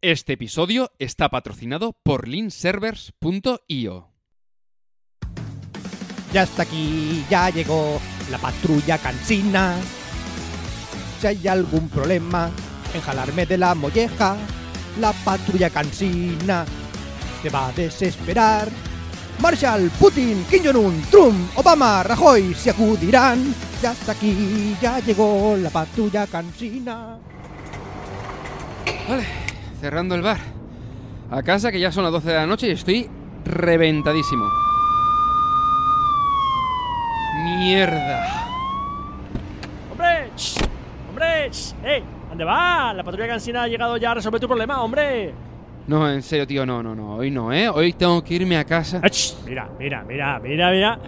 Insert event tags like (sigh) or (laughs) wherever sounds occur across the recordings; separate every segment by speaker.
Speaker 1: Este episodio está patrocinado por linservers.io.
Speaker 2: Ya está aquí, ya llegó la patrulla cansina. Si hay algún problema en jalarme de la molleja, la patrulla cansina te va a desesperar. Marshall, Putin, Kim Jong-un, Trump, Obama, Rajoy se acudirán. Ya está aquí, ya llegó la patrulla cansina.
Speaker 1: Vale, cerrando el bar. A casa que ya son las 12 de la noche y estoy reventadísimo. Mierda.
Speaker 3: ¡Hombre! ¡Shh! ¡Hombre! ¡Shh! ¡Ey! ¿Dónde va? La patrulla cansina ha llegado ya a resolver tu problema, hombre.
Speaker 1: No, en serio, tío, no, no, no. Hoy no, ¿eh? Hoy tengo que irme a casa.
Speaker 3: Ah, shh. Mira, mira, mira, mira, mira.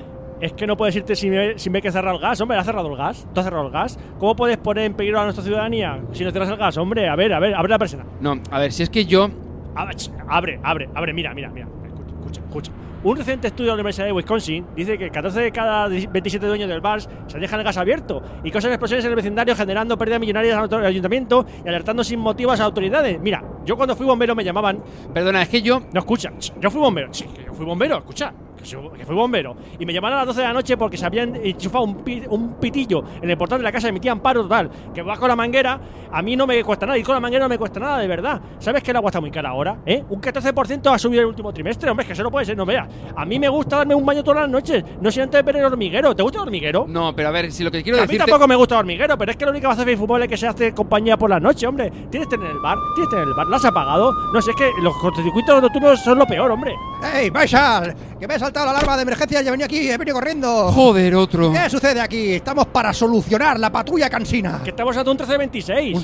Speaker 3: Es que no puedes irte sin, ver- sin ver que cerrar el gas, hombre. ¿Has cerrado el gas? ¿Tú has cerrado el gas? ¿Cómo puedes poner en peligro a nuestra ciudadanía si no cierras el gas, hombre? A ver, a ver, abre la persona.
Speaker 1: No, a ver, si es que yo.
Speaker 3: Ah, shh. Abre, abre, abre, mira, mira, mira. Escucha, escucha, escucha. Un reciente estudio de la Universidad de Wisconsin dice que 14 de cada 27 dueños del bar se dejan el gas abierto y causan explosiones en el vecindario generando pérdidas millonarias al autor- al ayuntamiento y alertando sin motivo a las autoridades. Mira, yo cuando fui bombero me llamaban
Speaker 1: Perdona, es que yo.
Speaker 3: no, escucha, ch, yo fui bombero. ch, que Yo fui bombero, escucha. Que yo- que fui bombero. Y me llamaron a las 12 de la noche porque se habían enchufado un, pi- un pitillo en el portal de la casa de mi tía Amparo, total. Que vas con la manguera, a mí no me cuesta nada. Y con la manguera no me cuesta nada, de verdad. ¿Sabes que el agua está muy cara ahora? ¿Eh? Un 14% ha subido el último trimestre. Hombre, es que eso no puede ser, no veas. A mí me gusta darme un baño todas las noches. No sé antes de ver el hormiguero. ¿Te gusta el hormiguero?
Speaker 1: No, pero a ver, si lo que quiero
Speaker 3: A mí
Speaker 1: decirte.
Speaker 3: tampoco me gusta el hormiguero, pero es que la única base de fútbol es que se hace compañía por la noche, hombre. Tienes que tener el bar, tienes que tener el bar, ¿la has apagado? No sé, es que los cortocircuitos nocturnos son lo peor, hombre.
Speaker 2: ¡Ey, Marshall! ¡Que me he saltado la alarma de emergencia y he venido aquí, he venido corriendo!
Speaker 1: Joder, otro.
Speaker 2: ¿Qué sucede aquí? Estamos para solucionar la patrulla cansina.
Speaker 3: Que estamos haciendo un 1326.
Speaker 2: ¿Un
Speaker 3: Sí,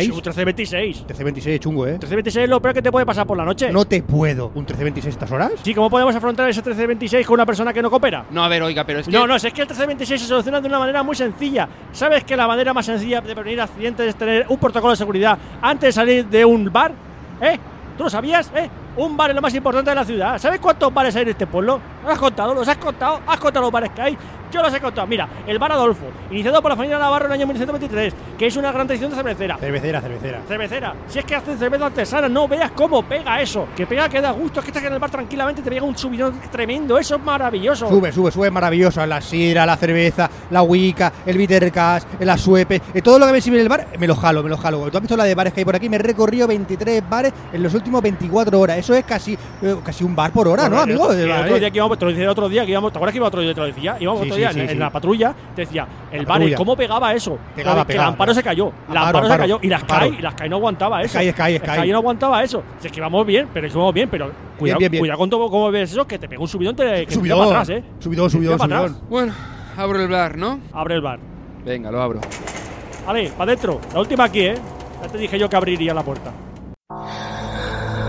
Speaker 3: Un
Speaker 2: 1326?
Speaker 3: 1326.
Speaker 2: 1326 chungo, ¿eh?
Speaker 3: 1326 es lo peor que te puede pasar por la noche.
Speaker 2: No te puedo. ¿Un 1326 estas horas?
Speaker 3: Sí, ¿cómo podemos afrontar ese 1326 con una persona que no coopera?
Speaker 1: No, a ver, oiga, pero es que.
Speaker 3: No, no, si es que el 1326 se soluciona de una manera muy sencilla. ¿Sabes que la manera más sencilla de prevenir accidentes es tener un protocolo de seguridad antes de salir de un bar? ¿Eh? ¿Tú lo sabías? ¿Eh? Un bar es lo más importante de la ciudad. ¿Sabes cuántos bares hay en este pueblo? ¿Los has contado? ¿Los has contado? ¿Has contado los bares que hay? Yo los he contado. Mira, el bar Adolfo, iniciado por la familia Navarro en el año 1923, que es una gran tradición de cervecera.
Speaker 2: Cervecera, cervecera.
Speaker 3: Cervecera, si es que hacen cerveza artesana, no veas cómo pega eso. Que pega, que da gusto, es que estás en el bar tranquilamente, te pega un subidón tremendo, eso es maravilloso.
Speaker 2: Sube, sube, sube, maravilloso. La sidra, la cerveza, la wicca, el bittercast, el asuepe. eh, Todo lo que me sirve en el bar, me lo jalo, me lo jalo. ¿Tú has visto la de bares que hay por aquí? Me he recorrido 23 bares en los últimos 24 horas. Eso es casi, eh, casi un bar por hora, ¿no,
Speaker 3: Bueno, el
Speaker 2: amigo?
Speaker 3: otro- El
Speaker 2: Eh,
Speaker 3: otro
Speaker 2: vale.
Speaker 3: día que íbamos, te lo decía el otro día que íbamos, ¿te acuerdas que iba otro día, te lo decía? Íbamos
Speaker 2: Sí,
Speaker 3: otro
Speaker 2: sí,
Speaker 3: día
Speaker 2: sí,
Speaker 3: en, en
Speaker 2: sí.
Speaker 3: la patrulla, te decía, el bar,
Speaker 2: patrulla.
Speaker 3: ¿cómo pegaba eso?
Speaker 2: Pegaba,
Speaker 3: que
Speaker 2: pegaba.
Speaker 3: el amparo se cayó, el
Speaker 2: Amparo,
Speaker 3: amparo, se
Speaker 2: Amparo.
Speaker 3: cayó, y las
Speaker 2: Amparo.
Speaker 3: CAI, y las CAI no aguantaba eso.
Speaker 2: Sky, Sky,
Speaker 3: Las CAI
Speaker 2: Sky.
Speaker 3: no aguantaba eso. Si es que vamos bien, pero íbamos bien, pero cuidado,
Speaker 2: bien, bien.
Speaker 3: cuidado con todo cómo ves eso, que te pegó un subidón, te, que te tira
Speaker 2: Subidón,
Speaker 3: para atrás, ¿eh?
Speaker 2: subidón,
Speaker 3: Te tira
Speaker 2: subidón,
Speaker 3: para atrás.
Speaker 2: subidón.
Speaker 1: Bueno, abro el bar, ¿no?
Speaker 3: Abre el bar.
Speaker 1: Venga, lo abro.
Speaker 3: Ale, para adentro. La última aquí, ¿eh? Ya te dije yo que abriría la puerta.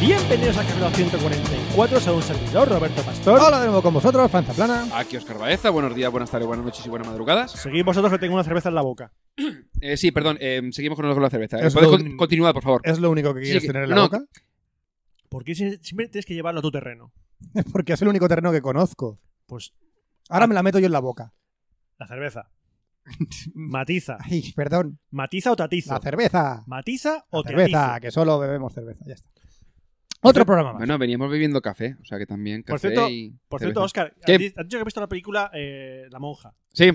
Speaker 3: Bienvenidos a Carlos 144, soy un servidor, Roberto Pastor.
Speaker 2: Hola de nuevo con vosotros, Franza Plana.
Speaker 1: Aquí Oscar Baeza, buenos días, buenas tardes, buenas noches y buenas madrugadas.
Speaker 3: Seguid vosotros que tengo una cerveza en la boca.
Speaker 1: Eh, sí, perdón, eh, seguimos con lo de la cerveza. Eh,
Speaker 2: Es
Speaker 1: Podéis
Speaker 2: lo-
Speaker 1: con- continuar, por favor.
Speaker 2: ¿Es lo único que
Speaker 1: Sí,
Speaker 2: quieres
Speaker 1: que-
Speaker 2: tener en la
Speaker 1: no.
Speaker 2: boca? (laughs)
Speaker 3: ¿Por qué si- siempre tienes que llevarlo a tu terreno?
Speaker 2: Porque es el único terreno que conozco.
Speaker 3: Pues
Speaker 2: Ahora me la meto yo en la boca.
Speaker 1: (laughs)
Speaker 3: la cerveza. Matiza.
Speaker 2: Ay, perdón.
Speaker 3: Matiza o tatiza.
Speaker 2: La cerveza.
Speaker 3: Matiza o
Speaker 2: La cerveza,
Speaker 3: tatiza.
Speaker 2: que solo bebemos cerveza. Ya está. Otro programa más.
Speaker 1: Bueno, veníamos bebiendo café, o sea que también café
Speaker 3: Por cierto-
Speaker 1: y
Speaker 3: Por
Speaker 1: cerveza.
Speaker 3: cierto, Oscar,
Speaker 1: ¿Qué?
Speaker 3: has di- has dicho que has visto la película eh, La Monja.
Speaker 1: Sí,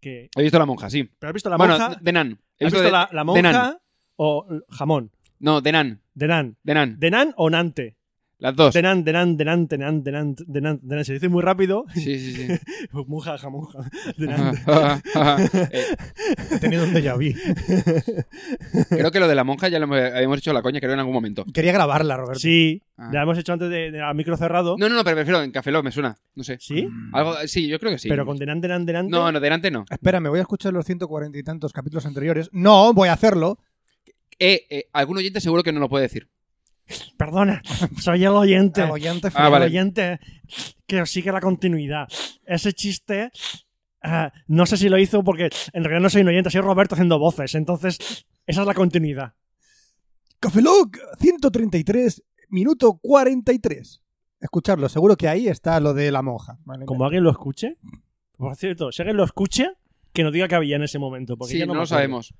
Speaker 3: Que,
Speaker 1: he visto La Monja, sí.
Speaker 3: ¿Pero has visto La
Speaker 1: bueno,
Speaker 3: Monja?
Speaker 1: de Nan. He
Speaker 3: ¿Has visto
Speaker 1: de-
Speaker 3: la, La
Speaker 1: de
Speaker 3: Monja
Speaker 1: Nan.
Speaker 3: o l- Jamón?
Speaker 1: No, de Nan.
Speaker 3: De Nan.
Speaker 1: De Nan.
Speaker 3: ¿De Nan o Nante?
Speaker 1: Las dos.
Speaker 3: Tenan, tenan, tenan, tenan, tenan, tenan, tenan. Se dice muy rápido. (laughs) Pues
Speaker 1: Sí, sí, sí.
Speaker 3: Muja, jamonja.
Speaker 1: Ajá,
Speaker 3: Tenan.
Speaker 1: ajá, ajá. Eh,
Speaker 2: He tenido un déjà vu.
Speaker 1: creo que lo de la monja ya lo hemos- habíamos hecho la coña, creo, en algún momento.
Speaker 2: (laughs) Quería grabarla, Roberto.
Speaker 3: Sí,
Speaker 1: Ah.
Speaker 3: la hemos hecho antes de, de- a micro cerrado.
Speaker 1: No, no, no, pero prefiero en Café Lock, me suena. No sé.
Speaker 3: ¿Sí?
Speaker 1: Algo, sí, yo creo que sí.
Speaker 3: Mm. Pero con tenan, tenan, tenan.
Speaker 1: No, no, delante no.
Speaker 2: Espera, me voy a escuchar los 140 y tantos capítulos anteriores. No, voy a hacerlo.
Speaker 1: Eh, eh, algún oyente seguro que no lo puede decir.
Speaker 3: Perdona, soy el oyente.
Speaker 2: Al oyente
Speaker 1: Ah,
Speaker 3: el
Speaker 1: vale.
Speaker 3: oyente que sigue la continuidad. Ese chiste. ah, no sé si lo hizo porque en realidad no soy un oyente, soy Roberto haciendo voces. Entonces, esa es la continuidad.
Speaker 2: Café Lock 133, minuto 43. Escucharlo, seguro que ahí está lo de la monja. Vale,
Speaker 3: Como alguien lo escuche. Por cierto, si alguien lo escuche, que nos diga que había en ese momento. Porque
Speaker 1: sí,
Speaker 3: ya
Speaker 1: no,
Speaker 3: me
Speaker 1: lo
Speaker 3: acuerdo.
Speaker 1: sabemos.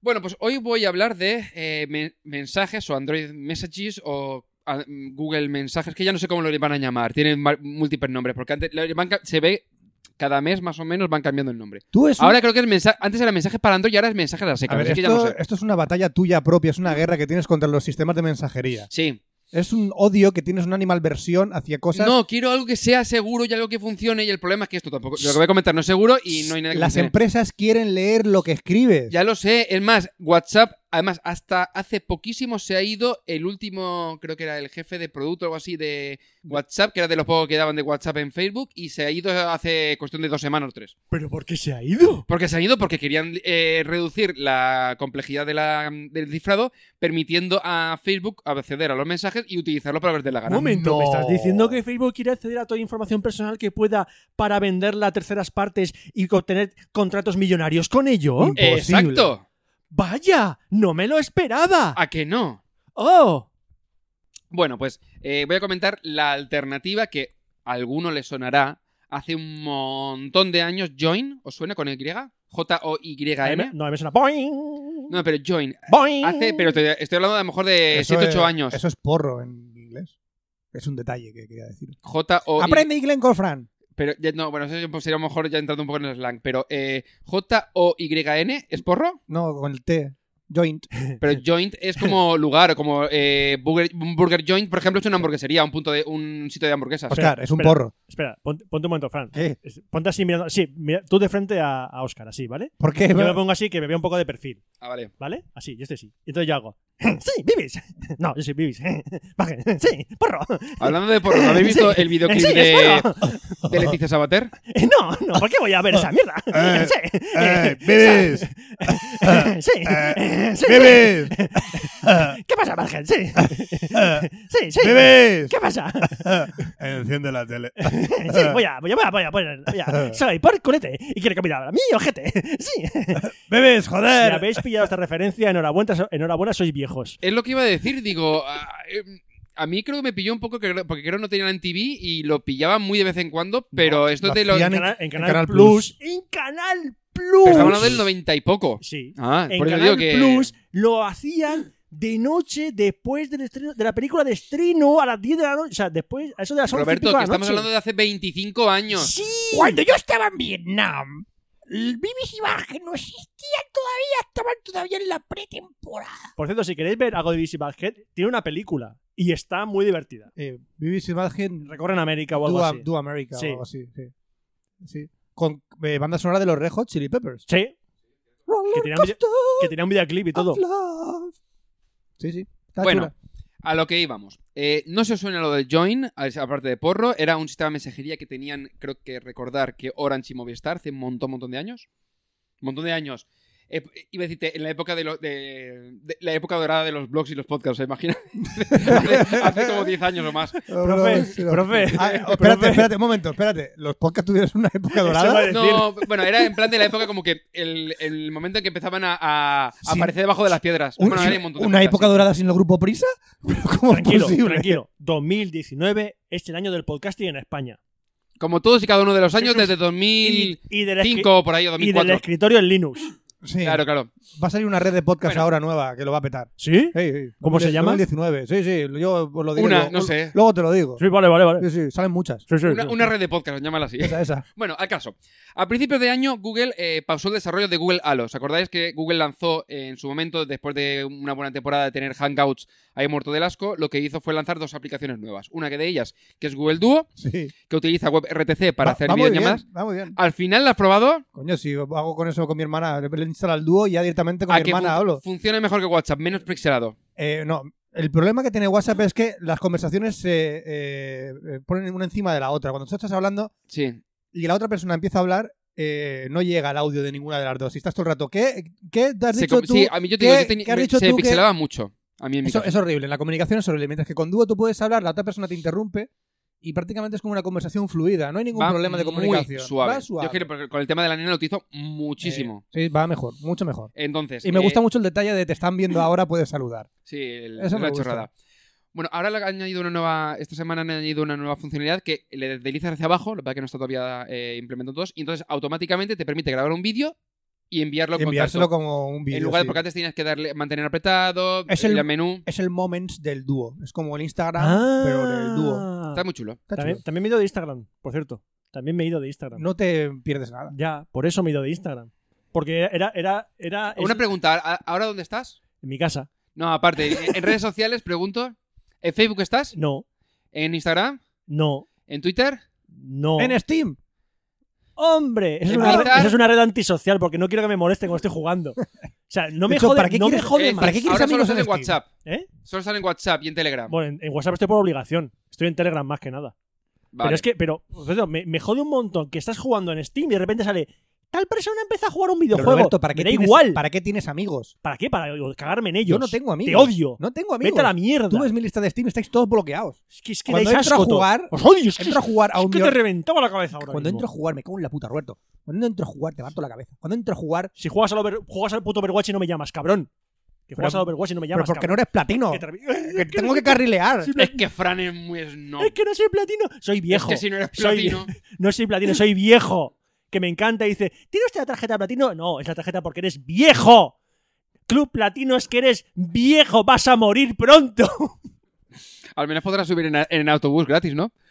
Speaker 1: Bueno, pues hoy voy a hablar de eh, men- mensajes o Android Messages o ah, mm, Google Mensajes, que ya no sé cómo lo van a llamar. Tienen mar- múltiples nombres, porque antes lo- van ca- se ve cada mes más o menos van cambiando el nombre.
Speaker 2: Tú es un-
Speaker 1: Ahora creo que es mensa- antes era mensajes para Android y ahora es mensajes a la
Speaker 2: A
Speaker 1: seca.
Speaker 2: ver,
Speaker 1: es que ya
Speaker 2: esto,
Speaker 1: no sé.
Speaker 2: esto es una batalla tuya propia, es una guerra que tienes contra los sistemas de mensajería.
Speaker 1: Sí.
Speaker 2: Es un odio que tienes una animalversión hacia cosas.
Speaker 1: no, quiero algo que sea seguro y algo que funcione y el problema es que esto tampoco... Lo que voy a comentar no es seguro y no hay nada que
Speaker 2: Las
Speaker 1: funcione.
Speaker 2: empresas quieren leer lo que escribes.
Speaker 1: Ya lo sé, es más, WhatsApp, además, hasta hace poquísimo se ha ido el último, creo que era el jefe de producto o algo así de WhatsApp, que era de los pocos que daban de WhatsApp en Facebook, y se ha ido hace cuestión de dos semanas o tres.
Speaker 3: ¿Pero por qué se ha ido?
Speaker 1: Porque se han ido porque querían eh, reducir la complejidad de la- del cifrado, permitiendo a Facebook acceder a los mensajes y utilizarlo para ver de la
Speaker 3: Un
Speaker 1: gana.
Speaker 3: momento,
Speaker 2: No.
Speaker 3: ¿me estás diciendo que Facebook quiere acceder a toda información personal que pueda para venderla a terceras partes y obtener contratos millonarios con ello?
Speaker 2: Mm.
Speaker 1: Eh,
Speaker 2: imposible.
Speaker 1: Exacto,
Speaker 3: ¡Vaya! ¡No me lo esperaba!
Speaker 1: ¿a que no?
Speaker 3: ¡Oh!
Speaker 1: Bueno, pues eh, voy a comentar la alternativa que a alguno le sonará. Hace un montón de años, Join, ¿os suena con Y?
Speaker 3: M-
Speaker 1: J-O-Y-N.
Speaker 3: No, me suena. ¡Boing!
Speaker 1: No, pero Join.
Speaker 3: ¡Boing!
Speaker 1: Hace, pero te- estoy hablando de a lo mejor de
Speaker 2: Eso
Speaker 1: 7, 8
Speaker 2: es-
Speaker 1: Eh, años.
Speaker 2: Eso es porro en inglés. Es un detalle que quería decir.
Speaker 1: J-O-Y.
Speaker 2: Aprende inglés, Colfran.
Speaker 1: Pero, ya- no, bueno, eso pues, sería a lo mejor ya entrando un poco en el slang. Pero eh, J-O-Y-N es porro,
Speaker 2: No, con el T. Joint.
Speaker 1: pero Joint es como lugar, o como eh, burger, un burger Joint, por ejemplo, es una hamburguesería, un punto de un sitio de hamburguesas.
Speaker 2: Oscar, es un
Speaker 3: espera.
Speaker 2: porro.
Speaker 3: Espera, ponte, ponte un momento, Fran.
Speaker 2: ¿Qué?
Speaker 3: Es- Ponte así mirando. Sí, mira, tú de frente a, a Oscar, así, ¿vale?
Speaker 2: ¿Por qué?
Speaker 3: Yo me pongo así que me vea un poco de perfil,
Speaker 1: Ah, vale.
Speaker 3: ¿vale? Así, yo estoy así. Y entonces yo hago. (laughs) ¡Sí, vivis! (laughs) No, yo soy vivis. (laughs) Bajen. ¡Sí, porro!
Speaker 1: Hablando de porro, ¿habéis
Speaker 3: (laughs) Sí.
Speaker 1: visto el videoclip
Speaker 3: Sí,
Speaker 1: de,
Speaker 3: es porro. (laughs)
Speaker 1: de Leticia Sabater?
Speaker 3: Eh, No, no, ¿por qué voy a ver esa mierda?
Speaker 2: Eh,
Speaker 3: (laughs) sí,
Speaker 2: (laughs) ¡Eh, (laughs)
Speaker 3: (laughs) eh,
Speaker 2: bebés!
Speaker 3: sa- sí, eh, (laughs) sí.
Speaker 2: (laughs) ¡Bebés!
Speaker 3: ¿Qué pasa, Margen? Sí, (laughs) sí, sí.
Speaker 2: ¡Bebés!
Speaker 3: ¿Qué pasa?
Speaker 2: (laughs) Enciende la tele.
Speaker 3: (laughs) Sí, voy a, voy a, voy a, voy a, poner- voy a- Soy por culete y quiero caminar a mi ojete. (laughs) Sí.
Speaker 2: ¡Bebés,
Speaker 3: Si
Speaker 2: joder!
Speaker 3: habéis pillado esta referencia, enhorabuena, so- enhorabuena sois viejos.
Speaker 1: Es lo que iba a decir, digo. A, em, a mí creo que me pilló un poco que- porque creo que no tenían en TV y lo pillaban muy de vez en cuando, pero
Speaker 3: No,
Speaker 1: esto
Speaker 2: lo
Speaker 1: te lo.
Speaker 2: hacían
Speaker 1: Estamos
Speaker 2: en-
Speaker 3: Cana- en,
Speaker 2: en
Speaker 3: Canal,
Speaker 2: Canal
Speaker 3: Plus. En Canal Plus.
Speaker 1: hablando del noventa y poco.
Speaker 3: Sí.
Speaker 1: Ah,
Speaker 3: en
Speaker 1: por eso digo
Speaker 3: Canal
Speaker 1: que.
Speaker 3: Plus lo hacían de noche después del estreno, de la película de estreno a las 10 de la noche. O sea, después, a eso de las 11 y
Speaker 1: Roberto,
Speaker 3: pico
Speaker 1: que
Speaker 3: de la
Speaker 1: estamos
Speaker 3: noche.
Speaker 1: hablando de hace 25 años.
Speaker 3: Sí.
Speaker 4: Cuando yo estaba en Vietnam, el BBC Imagen no existían todavía, estaban todavía en la pretemporada.
Speaker 3: Por cierto, si queréis ver algo de Visible Head, tiene una película y está muy divertida.
Speaker 2: Eh, BBC Imagine
Speaker 3: Recorren América o algo
Speaker 2: Do,
Speaker 3: así.
Speaker 2: Do America
Speaker 3: Sí.
Speaker 2: o algo así. Sí. Sí. Con eh, banda sonora de los Red Hot Chili Peppers.
Speaker 3: Sí, que tenía, un video- que tenía un videoclip y todo.
Speaker 2: Of love. Sí, sí. Está
Speaker 1: Bueno,
Speaker 2: chula.
Speaker 1: A lo que íbamos. Eh, no se os suena lo de Join, a- aparte de Porro. Era un sistema de mensajería que tenían, creo que recordar, que Orange y Movistar hace un montón, montón de años. Un montón de años. Eh, iba a decirte, en la época de, lo- de- de- la época dorada de los blogs y los podcasts, ¿eh? imagina. (laughs) hace, hace como 10 años o más.
Speaker 3: (laughs) Profe, (laughs) profe.
Speaker 2: Ah, espérate,
Speaker 3: Profe.
Speaker 2: espérate, un momento, espérate. Los podcasts tuvieron una época
Speaker 3: Eso
Speaker 2: dorada.
Speaker 3: vale.
Speaker 1: No, bueno, era en plan de la época como que el, el momento en que empezaban a, a- a
Speaker 2: Sí.
Speaker 1: aparecer debajo de las piedras.
Speaker 2: Un-
Speaker 1: Bueno, había un montón de
Speaker 2: una
Speaker 1: cosas,
Speaker 2: época
Speaker 1: sí.
Speaker 2: dorada sin el grupo Prisa. (laughs) Pero ¿Cómo
Speaker 3: Tranquilo,
Speaker 2: es posible?
Speaker 3: tranquilo. 2019 es el año del podcasting en España.
Speaker 1: Como todos y cada uno de los años,
Speaker 3: Jesús.
Speaker 1: desde
Speaker 3: Y,
Speaker 1: 2005
Speaker 3: y del, escri-
Speaker 1: por ahí o
Speaker 3: y del
Speaker 1: 2004.
Speaker 3: escritorio en Linux.
Speaker 2: Sí.
Speaker 1: Claro, claro.
Speaker 2: Va a salir una red de podcast
Speaker 1: Bueno.
Speaker 2: ahora nueva que lo va a petar.
Speaker 3: ¿Sí?
Speaker 2: Ey, ey.
Speaker 3: ¿Cómo se llama?
Speaker 2: 2019. Sí, sí, yo os lo digo.
Speaker 1: Una,
Speaker 2: Luego-
Speaker 1: no sé.
Speaker 2: Luego te lo digo.
Speaker 3: Sí, vale, vale, vale.
Speaker 2: Sí, sí, salen muchas.
Speaker 3: Sí, sí,
Speaker 1: Una,
Speaker 3: sí.
Speaker 1: una red de podcast, llámala así. (laughs)
Speaker 2: Esa, esa.
Speaker 1: Bueno, al caso. A principios de año, Google eh, pausó el desarrollo de Google Halo. ¿Os acordáis que Google lanzó eh, en su momento, después de una buena temporada de tener Hangouts ahí muerto del asco, lo que hizo fue lanzar dos aplicaciones nuevas. Una que de ellas, que es Google Duo,
Speaker 2: Sí.
Speaker 1: que utiliza WebRTC para
Speaker 2: Va-
Speaker 1: hacer
Speaker 2: va muy bien,
Speaker 1: videollamadas.
Speaker 2: Va muy bien.
Speaker 1: Al final, ¿la has probado?
Speaker 2: Coño, si hago con eso con mi hermana, le instalo al dúo y ya directamente con
Speaker 1: A
Speaker 2: mi
Speaker 1: que
Speaker 2: hermana
Speaker 1: fun-
Speaker 2: hablo.
Speaker 1: Funciona mejor que WhatsApp, menos pixelado.
Speaker 2: Eh, no, el problema que tiene WhatsApp es que las conversaciones se eh, eh, ponen una encima de la otra. Cuando tú estás hablando
Speaker 1: Sí.
Speaker 2: y la otra persona empieza a hablar, eh, no llega el audio de ninguna de las dos. Si estás todo el rato, ¿qué, qué te has
Speaker 1: Se
Speaker 2: dicho
Speaker 1: com-
Speaker 2: tú?
Speaker 1: sí, a mí yo te
Speaker 2: ¿Qué-
Speaker 1: digo, yo tenía-
Speaker 2: qué has
Speaker 1: me-
Speaker 2: dicho
Speaker 1: se
Speaker 2: tú que-
Speaker 1: pixelaba mucho. A mí en mi
Speaker 2: Eso
Speaker 1: caso.
Speaker 2: es horrible, la comunicación es horrible. Mientras que con dúo tú puedes hablar, la otra persona te interrumpe y prácticamente es como una conversación fluida. No hay ningún
Speaker 1: Va
Speaker 2: problema de
Speaker 1: muy
Speaker 2: comunicación.
Speaker 1: suave.
Speaker 2: Va suave. Eh,
Speaker 1: Yo quiero, porque con el tema de la nena lo utilizo muchísimo.
Speaker 2: Sí, va mejor, mucho mejor.
Speaker 1: Entonces.
Speaker 2: Y me
Speaker 1: eh,
Speaker 2: gusta mucho el detalle de te están viendo ahora, puedes saludar.
Speaker 1: Sí, el-
Speaker 2: Eso me
Speaker 1: la
Speaker 2: gusta.
Speaker 1: chorrada. Bueno, ahora le han añadido una nueva. Esta semana han añadido una nueva funcionalidad que le deslizas hacia abajo, lo que pasa es que no está todavía eh, implementado todos, y entonces automáticamente te permite grabar un vídeo y enviarlo con
Speaker 2: Enviárselo como un vídeo.
Speaker 1: En lugar de
Speaker 2: sí.
Speaker 1: porque antes tenías que darle, mantener apretado,
Speaker 2: Es
Speaker 1: ir
Speaker 2: el-
Speaker 1: al menú.
Speaker 2: Es el Moments del dúo. Es como el Instagram,
Speaker 3: Ah.
Speaker 2: pero del dúo.
Speaker 1: Está muy chulo.
Speaker 2: Está
Speaker 3: También,
Speaker 2: chulo.
Speaker 3: también me he ido de Instagram, por cierto. También me he ido de Instagram.
Speaker 2: No te pierdes nada.
Speaker 3: Ya, por eso me he ido de Instagram. Porque era, era, era es-
Speaker 1: Una pregunta, ¿a- ¿ahora dónde estás?
Speaker 3: en mi casa.
Speaker 1: No, aparte, en- en redes sociales pregunto. ¿En Facebook estás?
Speaker 3: No,
Speaker 1: ¿En Instagram?
Speaker 3: no,
Speaker 1: ¿En Twitter?
Speaker 3: no.
Speaker 2: En Steam.
Speaker 3: ¡Hombre! Esa es,
Speaker 1: ¿En
Speaker 3: una,
Speaker 1: Blizzard?
Speaker 3: esa es una red antisocial porque no quiero que me moleste cuando estoy jugando.
Speaker 2: (laughs)
Speaker 3: O sea, no
Speaker 2: De
Speaker 3: me
Speaker 2: hecho,
Speaker 3: jode,
Speaker 2: ¿para qué
Speaker 3: no me
Speaker 2: quieres-
Speaker 3: jode
Speaker 1: Eh,
Speaker 3: más.
Speaker 2: ¿para qué quieres
Speaker 1: ahora solo
Speaker 2: amigos en
Speaker 1: salen en
Speaker 2: Steam?
Speaker 1: WhatsApp.
Speaker 3: ¿Eh?
Speaker 1: Solo salen en WhatsApp y en Telegram.
Speaker 3: Bueno, en, en WhatsApp estoy por obligación. Estoy en Telegram más que nada.
Speaker 1: Vale.
Speaker 3: Pero es que, pero, por cierto, me, me jode un montón que estás jugando en Steam y de repente sale tal persona empieza a jugar un
Speaker 2: Pero,
Speaker 3: videojuego.
Speaker 2: Roberto, ¿para qué,
Speaker 3: me da
Speaker 2: tienes,
Speaker 3: igual.
Speaker 2: ¿para qué tienes amigos?
Speaker 3: ¿Para qué? Para cagarme en ellos.
Speaker 2: Yo no tengo amigos.
Speaker 3: Te odio.
Speaker 2: No tengo amigos.
Speaker 3: Vete a la mierda.
Speaker 2: Tú ves mi lista de Steam, estáis todos bloqueados.
Speaker 3: Es que, es que
Speaker 2: Cuando
Speaker 3: dais
Speaker 2: entro a
Speaker 3: asco todo.
Speaker 2: jugar-
Speaker 3: Os odio. Es que,
Speaker 2: Entro a jugar a
Speaker 3: es
Speaker 2: un
Speaker 3: que
Speaker 2: bio-
Speaker 3: te reventaba la cabeza ahora
Speaker 2: Cuando
Speaker 3: mismo.
Speaker 2: entro a jugar, me cago en la puta, Roberto. Cuando entro a jugar, te mato la cabeza. Cuando entro a jugar.
Speaker 3: Si juegas al, over- juegas al puto Overwatch y no me llamas, cabrón. Que juegas
Speaker 2: Pero-
Speaker 3: al Overwatch y no me
Speaker 2: Pero
Speaker 3: llamas,
Speaker 2: porque no
Speaker 3: cabrón.
Speaker 2: eres platino.
Speaker 3: Que te revi- (laughs)
Speaker 2: Que tengo que carrilear.
Speaker 3: Sí,
Speaker 1: Es que Fran es muy snob.
Speaker 3: Es que no soy platino. Soy viejo.
Speaker 1: Es que si no eres
Speaker 3: Soy
Speaker 1: platino.
Speaker 3: No soy platino, soy viejo. Que me encanta y dice, ¿tiene usted la tarjeta platino? No, es la tarjeta porque eres viejo. Club platino es que eres viejo, vas a morir pronto.
Speaker 1: Al menos podrás subir en, en autobús gratis, ¿no?
Speaker 2: (laughs)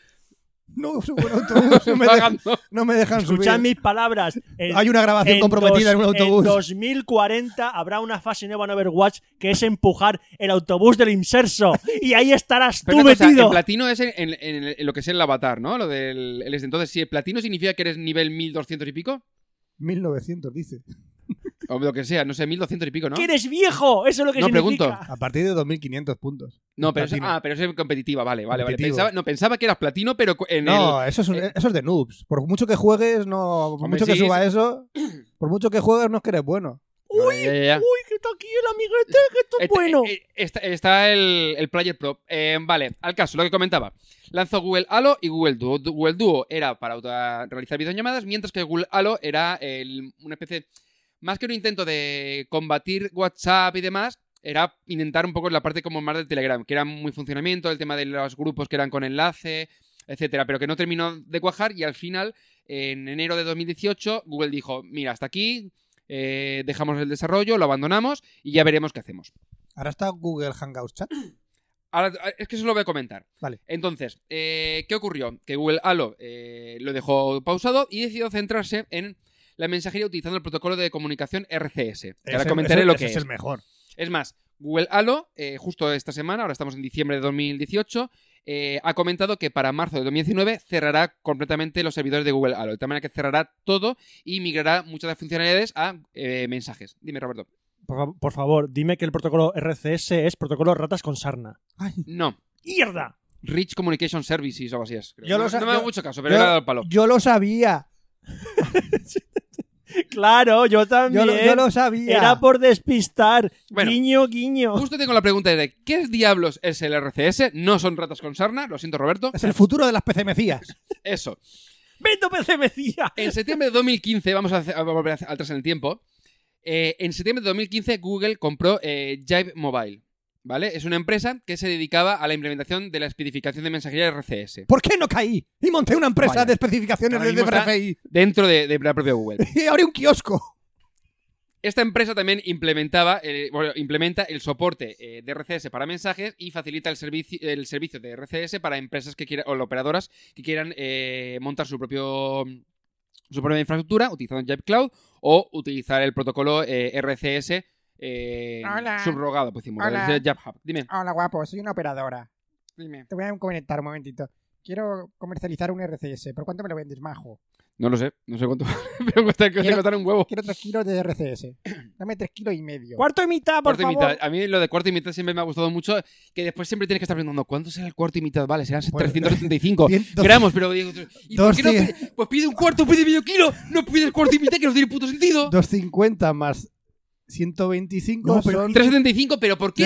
Speaker 2: No, subo en autobús.
Speaker 1: (laughs)
Speaker 2: No me dejan,
Speaker 1: Pagando.
Speaker 2: no me dejan
Speaker 3: Escuchad
Speaker 2: subir.
Speaker 3: mis palabras. En-
Speaker 2: Hay una grabación comprometida en
Speaker 3: dos-
Speaker 2: un autobús.
Speaker 3: En 2040 habrá una fase nueva en Overwatch que es empujar el autobús del inserso. y ahí estarás
Speaker 1: Pero
Speaker 3: tú
Speaker 1: una cosa,
Speaker 3: metido.
Speaker 1: el platino es en, en- en- en lo que es el avatar, ¿no? Lo del el este. Entonces, si el platino significa que eres nivel 1200 y pico,
Speaker 2: 1900, dice.
Speaker 1: o lo que sea, no sé, 1200 y pico, ¿no?
Speaker 3: Que eres viejo. Eso es lo que
Speaker 1: No,
Speaker 3: significa.
Speaker 1: pregunto.
Speaker 2: A partir de 2500 puntos.
Speaker 1: No, pero es,
Speaker 2: Platino.
Speaker 1: ah, pero es competitiva, vale, vale, vale.
Speaker 2: Competitivo.
Speaker 1: Pensaba, no, pensaba que eras platino, pero cu- en el,
Speaker 2: No, eso es, un-
Speaker 1: eh,
Speaker 2: eso es de noobs. Por mucho que juegues, no. Por
Speaker 1: Hombre,
Speaker 2: mucho que
Speaker 1: sí,
Speaker 2: suba
Speaker 1: sí.
Speaker 2: eso, por mucho que juegues, no es que eres bueno.
Speaker 3: Uy,
Speaker 1: Ya, ya, ya.
Speaker 3: uy, que está aquí el amiguete, que esto es
Speaker 1: Está-
Speaker 3: bueno.
Speaker 1: eh, eh, Está, está el, el Player Pro. Eh, vale, al caso, lo que comentaba. Lanzó Google Halo y Google Duo. Du- Google Duo era para auto- realizar videollamadas, mientras que Google Halo era el- una especie, más que un intento de combatir WhatsApp y demás, era intentar un poco la parte como más de Telegram, que era muy funcionamiento, el tema de los grupos que eran con enlace, etcétera, pero que no terminó de cuajar y al final, en enero de 2018, Google dijo, mira, hasta aquí, eh, dejamos el desarrollo, lo abandonamos y ya veremos qué hacemos.
Speaker 2: Ahora está Google Hangouts Chat.
Speaker 1: Ahora, ah, es que eso lo voy a comentar.
Speaker 2: Vale.
Speaker 1: Entonces, eh, ¿qué ocurrió? Que Google Halo eh, lo dejó pausado y decidió centrarse en la mensajería utilizando el protocolo de comunicación RCS. Que ahora
Speaker 2: Ese-
Speaker 1: comentaré
Speaker 2: ese-
Speaker 1: lo
Speaker 2: ese
Speaker 1: que es.
Speaker 2: el mejor.
Speaker 1: Es más, Google Halo, eh, justo esta semana, ahora estamos en diciembre de 2018, eh, ha comentado que para marzo de 2019 cerrará completamente los servidores de Google Halo. De tal manera que cerrará todo y migrará muchas de las funcionalidades a eh, mensajes. Dime, Roberto.
Speaker 3: Por, fa- por favor, dime que el protocolo RCS es protocolo ratas con sarna.
Speaker 1: No.
Speaker 3: ¡Mierda! (laughs)
Speaker 1: Rich Communication Services o algo así es. creo.
Speaker 2: Yo
Speaker 1: no,
Speaker 2: lo sa-
Speaker 1: no me hago
Speaker 2: yo-
Speaker 1: mucho caso, pero
Speaker 2: yo-
Speaker 1: le he dado el palo.
Speaker 2: Yo lo sabía.
Speaker 3: Claro, yo
Speaker 2: Yo
Speaker 3: también.
Speaker 2: lo, yo lo sabía.
Speaker 3: Era por despistar.
Speaker 1: Bueno.
Speaker 3: Guiño, guiño.
Speaker 1: Justo Pues tengo la pregunta de ¿qué diablos es el RCS? No son ratas con sarna, lo siento
Speaker 2: (laughs)
Speaker 1: Roberto.
Speaker 2: Es el futuro de las PCMcías.
Speaker 1: Eso.
Speaker 3: ¡Vendo PCMcía!
Speaker 1: En septiembre de 2015, vamos a, hacer- a volver hacia- atrás en el tiempo, eh, en septiembre de 2015 Google compró eh, Jive Mobile, ¿vale? Es una empresa que se dedicaba a la implementación de la especificación de mensajería RCS
Speaker 2: ¿Por qué no caí? Y monté una empresa
Speaker 1: Vaya.
Speaker 2: de especificaciones
Speaker 1: Ahora
Speaker 2: de
Speaker 1: mismo está-
Speaker 2: RFI. (laughs)
Speaker 1: dentro de, de la propia Google.
Speaker 2: Y abrí un kiosco.
Speaker 1: Esta empresa también implementaba, eh, bueno, implementa el soporte eh, de RCS para mensajes y facilita el, servicio el servicio de RCS para empresas que quieran, o operadoras que quieran eh, montar su propio su propia infraestructura utilizando Jive Cloud o utilizar el protocolo eh, RCS eh,
Speaker 4: Hola.
Speaker 1: subrogado, pues decimos,
Speaker 4: Hola.
Speaker 1: RCS Jive Hub. Dime,
Speaker 4: Hola, guapo, soy una operadora.
Speaker 1: dime.
Speaker 4: Te voy a comentar un momentito. Quiero comercializar un RCS. ¿Por cuánto me lo vendes, majo?
Speaker 1: No lo sé, no sé cuánto, (laughs) pero cuesta
Speaker 4: Quiero-
Speaker 1: costar un huevo.
Speaker 4: Quiero 3 kilos de RCS. (clears throat) Dame 3 kilos y medio.
Speaker 3: Cuarto y mitad, por
Speaker 1: Cuarto y
Speaker 3: favor.
Speaker 1: mitad. A mí lo de cuarto y mitad siempre me ha gustado mucho, que después siempre tienes que estar preguntando, ¿cuánto será el cuarto y mitad? Vale, serán
Speaker 2: Bueno.
Speaker 1: 375
Speaker 2: Ciento-
Speaker 1: gramos, pero digo, ¿y por
Speaker 2: Dos
Speaker 1: qué no
Speaker 2: cien.
Speaker 1: pide- Pues pide un cuarto, pide medio kilo, no pides cuarto y mitad, que no tiene puto sentido.
Speaker 2: 250 más 125
Speaker 3: No, pero-
Speaker 2: son...
Speaker 1: 375, pero ¿por qué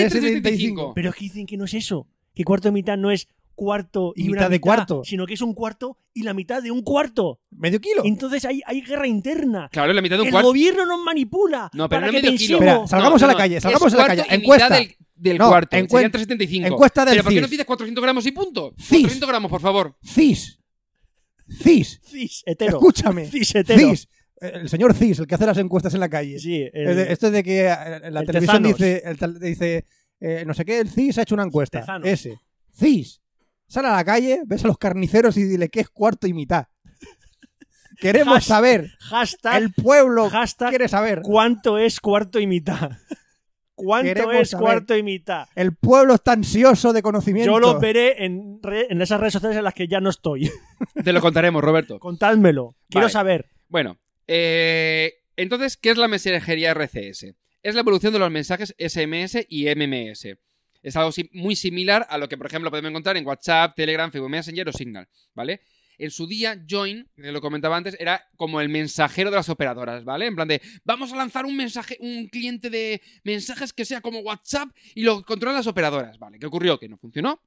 Speaker 1: 375?
Speaker 2: 375?
Speaker 3: Pero es que dicen que no es eso. Que cuarto y mitad no es cuarto y,
Speaker 2: Y
Speaker 3: una
Speaker 2: mitad de cuarto.
Speaker 3: Sino que es un cuarto y la mitad de un cuarto.
Speaker 2: ¿Medio kilo?
Speaker 3: Entonces hay, hay guerra interna.
Speaker 1: Claro, la mitad de un
Speaker 3: el
Speaker 1: cuarto.
Speaker 3: gobierno nos manipula.
Speaker 1: No, pero no
Speaker 3: para que
Speaker 1: medio kilo.
Speaker 3: pensemos.
Speaker 2: Espera, salgamos
Speaker 1: No,
Speaker 2: a la
Speaker 1: no,
Speaker 2: calle,
Speaker 1: Es
Speaker 2: salgamos a la
Speaker 1: cuarto
Speaker 2: calle.
Speaker 1: y
Speaker 2: Encuesta.
Speaker 1: mitad del, del
Speaker 2: No,
Speaker 1: cuarto.
Speaker 2: encuen-
Speaker 1: Serían 375.
Speaker 2: encuesta del
Speaker 1: Pero ¿por qué no
Speaker 2: CIS.
Speaker 1: pides 400 gramos y punto?
Speaker 2: CIS.
Speaker 1: 400 gramos, por favor.
Speaker 2: CIS. CIS.
Speaker 3: Cis, hetero.
Speaker 2: Escúchame.
Speaker 3: Cis, hetero.
Speaker 2: CIS. El señor CIS, el que hace las encuestas en la calle.
Speaker 3: Sí, el-
Speaker 2: Es de- Esto es de que eh, la
Speaker 3: el
Speaker 2: televisión
Speaker 3: Tezanos.
Speaker 2: dice, el tal- dice eh, no sé qué, el CIS ha hecho una encuesta.
Speaker 3: Tezanos.
Speaker 2: Ese. CIS. Sal a la calle, ves a los carniceros y dile que es cuarto y mitad.
Speaker 3: (laughs)
Speaker 2: Queremos
Speaker 3: Has-
Speaker 2: saber.
Speaker 3: hashtag,
Speaker 2: El pueblo
Speaker 3: hashtag
Speaker 2: quiere saber.
Speaker 3: ¿Cuánto es cuarto y mitad? (laughs) ¿Cuánto
Speaker 2: Queremos
Speaker 3: es
Speaker 2: saber.
Speaker 3: cuarto y mitad?
Speaker 2: El pueblo está ansioso de conocimiento.
Speaker 3: Yo lo veré en, re- en esas redes sociales en las que ya no estoy. (laughs)
Speaker 1: Te lo contaremos, Roberto.
Speaker 3: Contádmelo. Quiero
Speaker 1: Vale.
Speaker 3: saber.
Speaker 1: Bueno, eh, entonces, ¿qué es la mensajería RCS? Es la evolución de los mensajes SMS y MMS. Es algo sim- muy similar a lo que, por ejemplo, podemos encontrar en WhatsApp, Telegram, Facebook Messenger o Signal, ¿vale? En su día, Join, que lo comentaba antes, era como el mensajero de las operadoras, ¿vale? En plan de, vamos a lanzar un mensaje, un cliente de mensajes que sea como WhatsApp y lo controlan las operadoras, ¿vale? ¿Qué ocurrió? Que no funcionó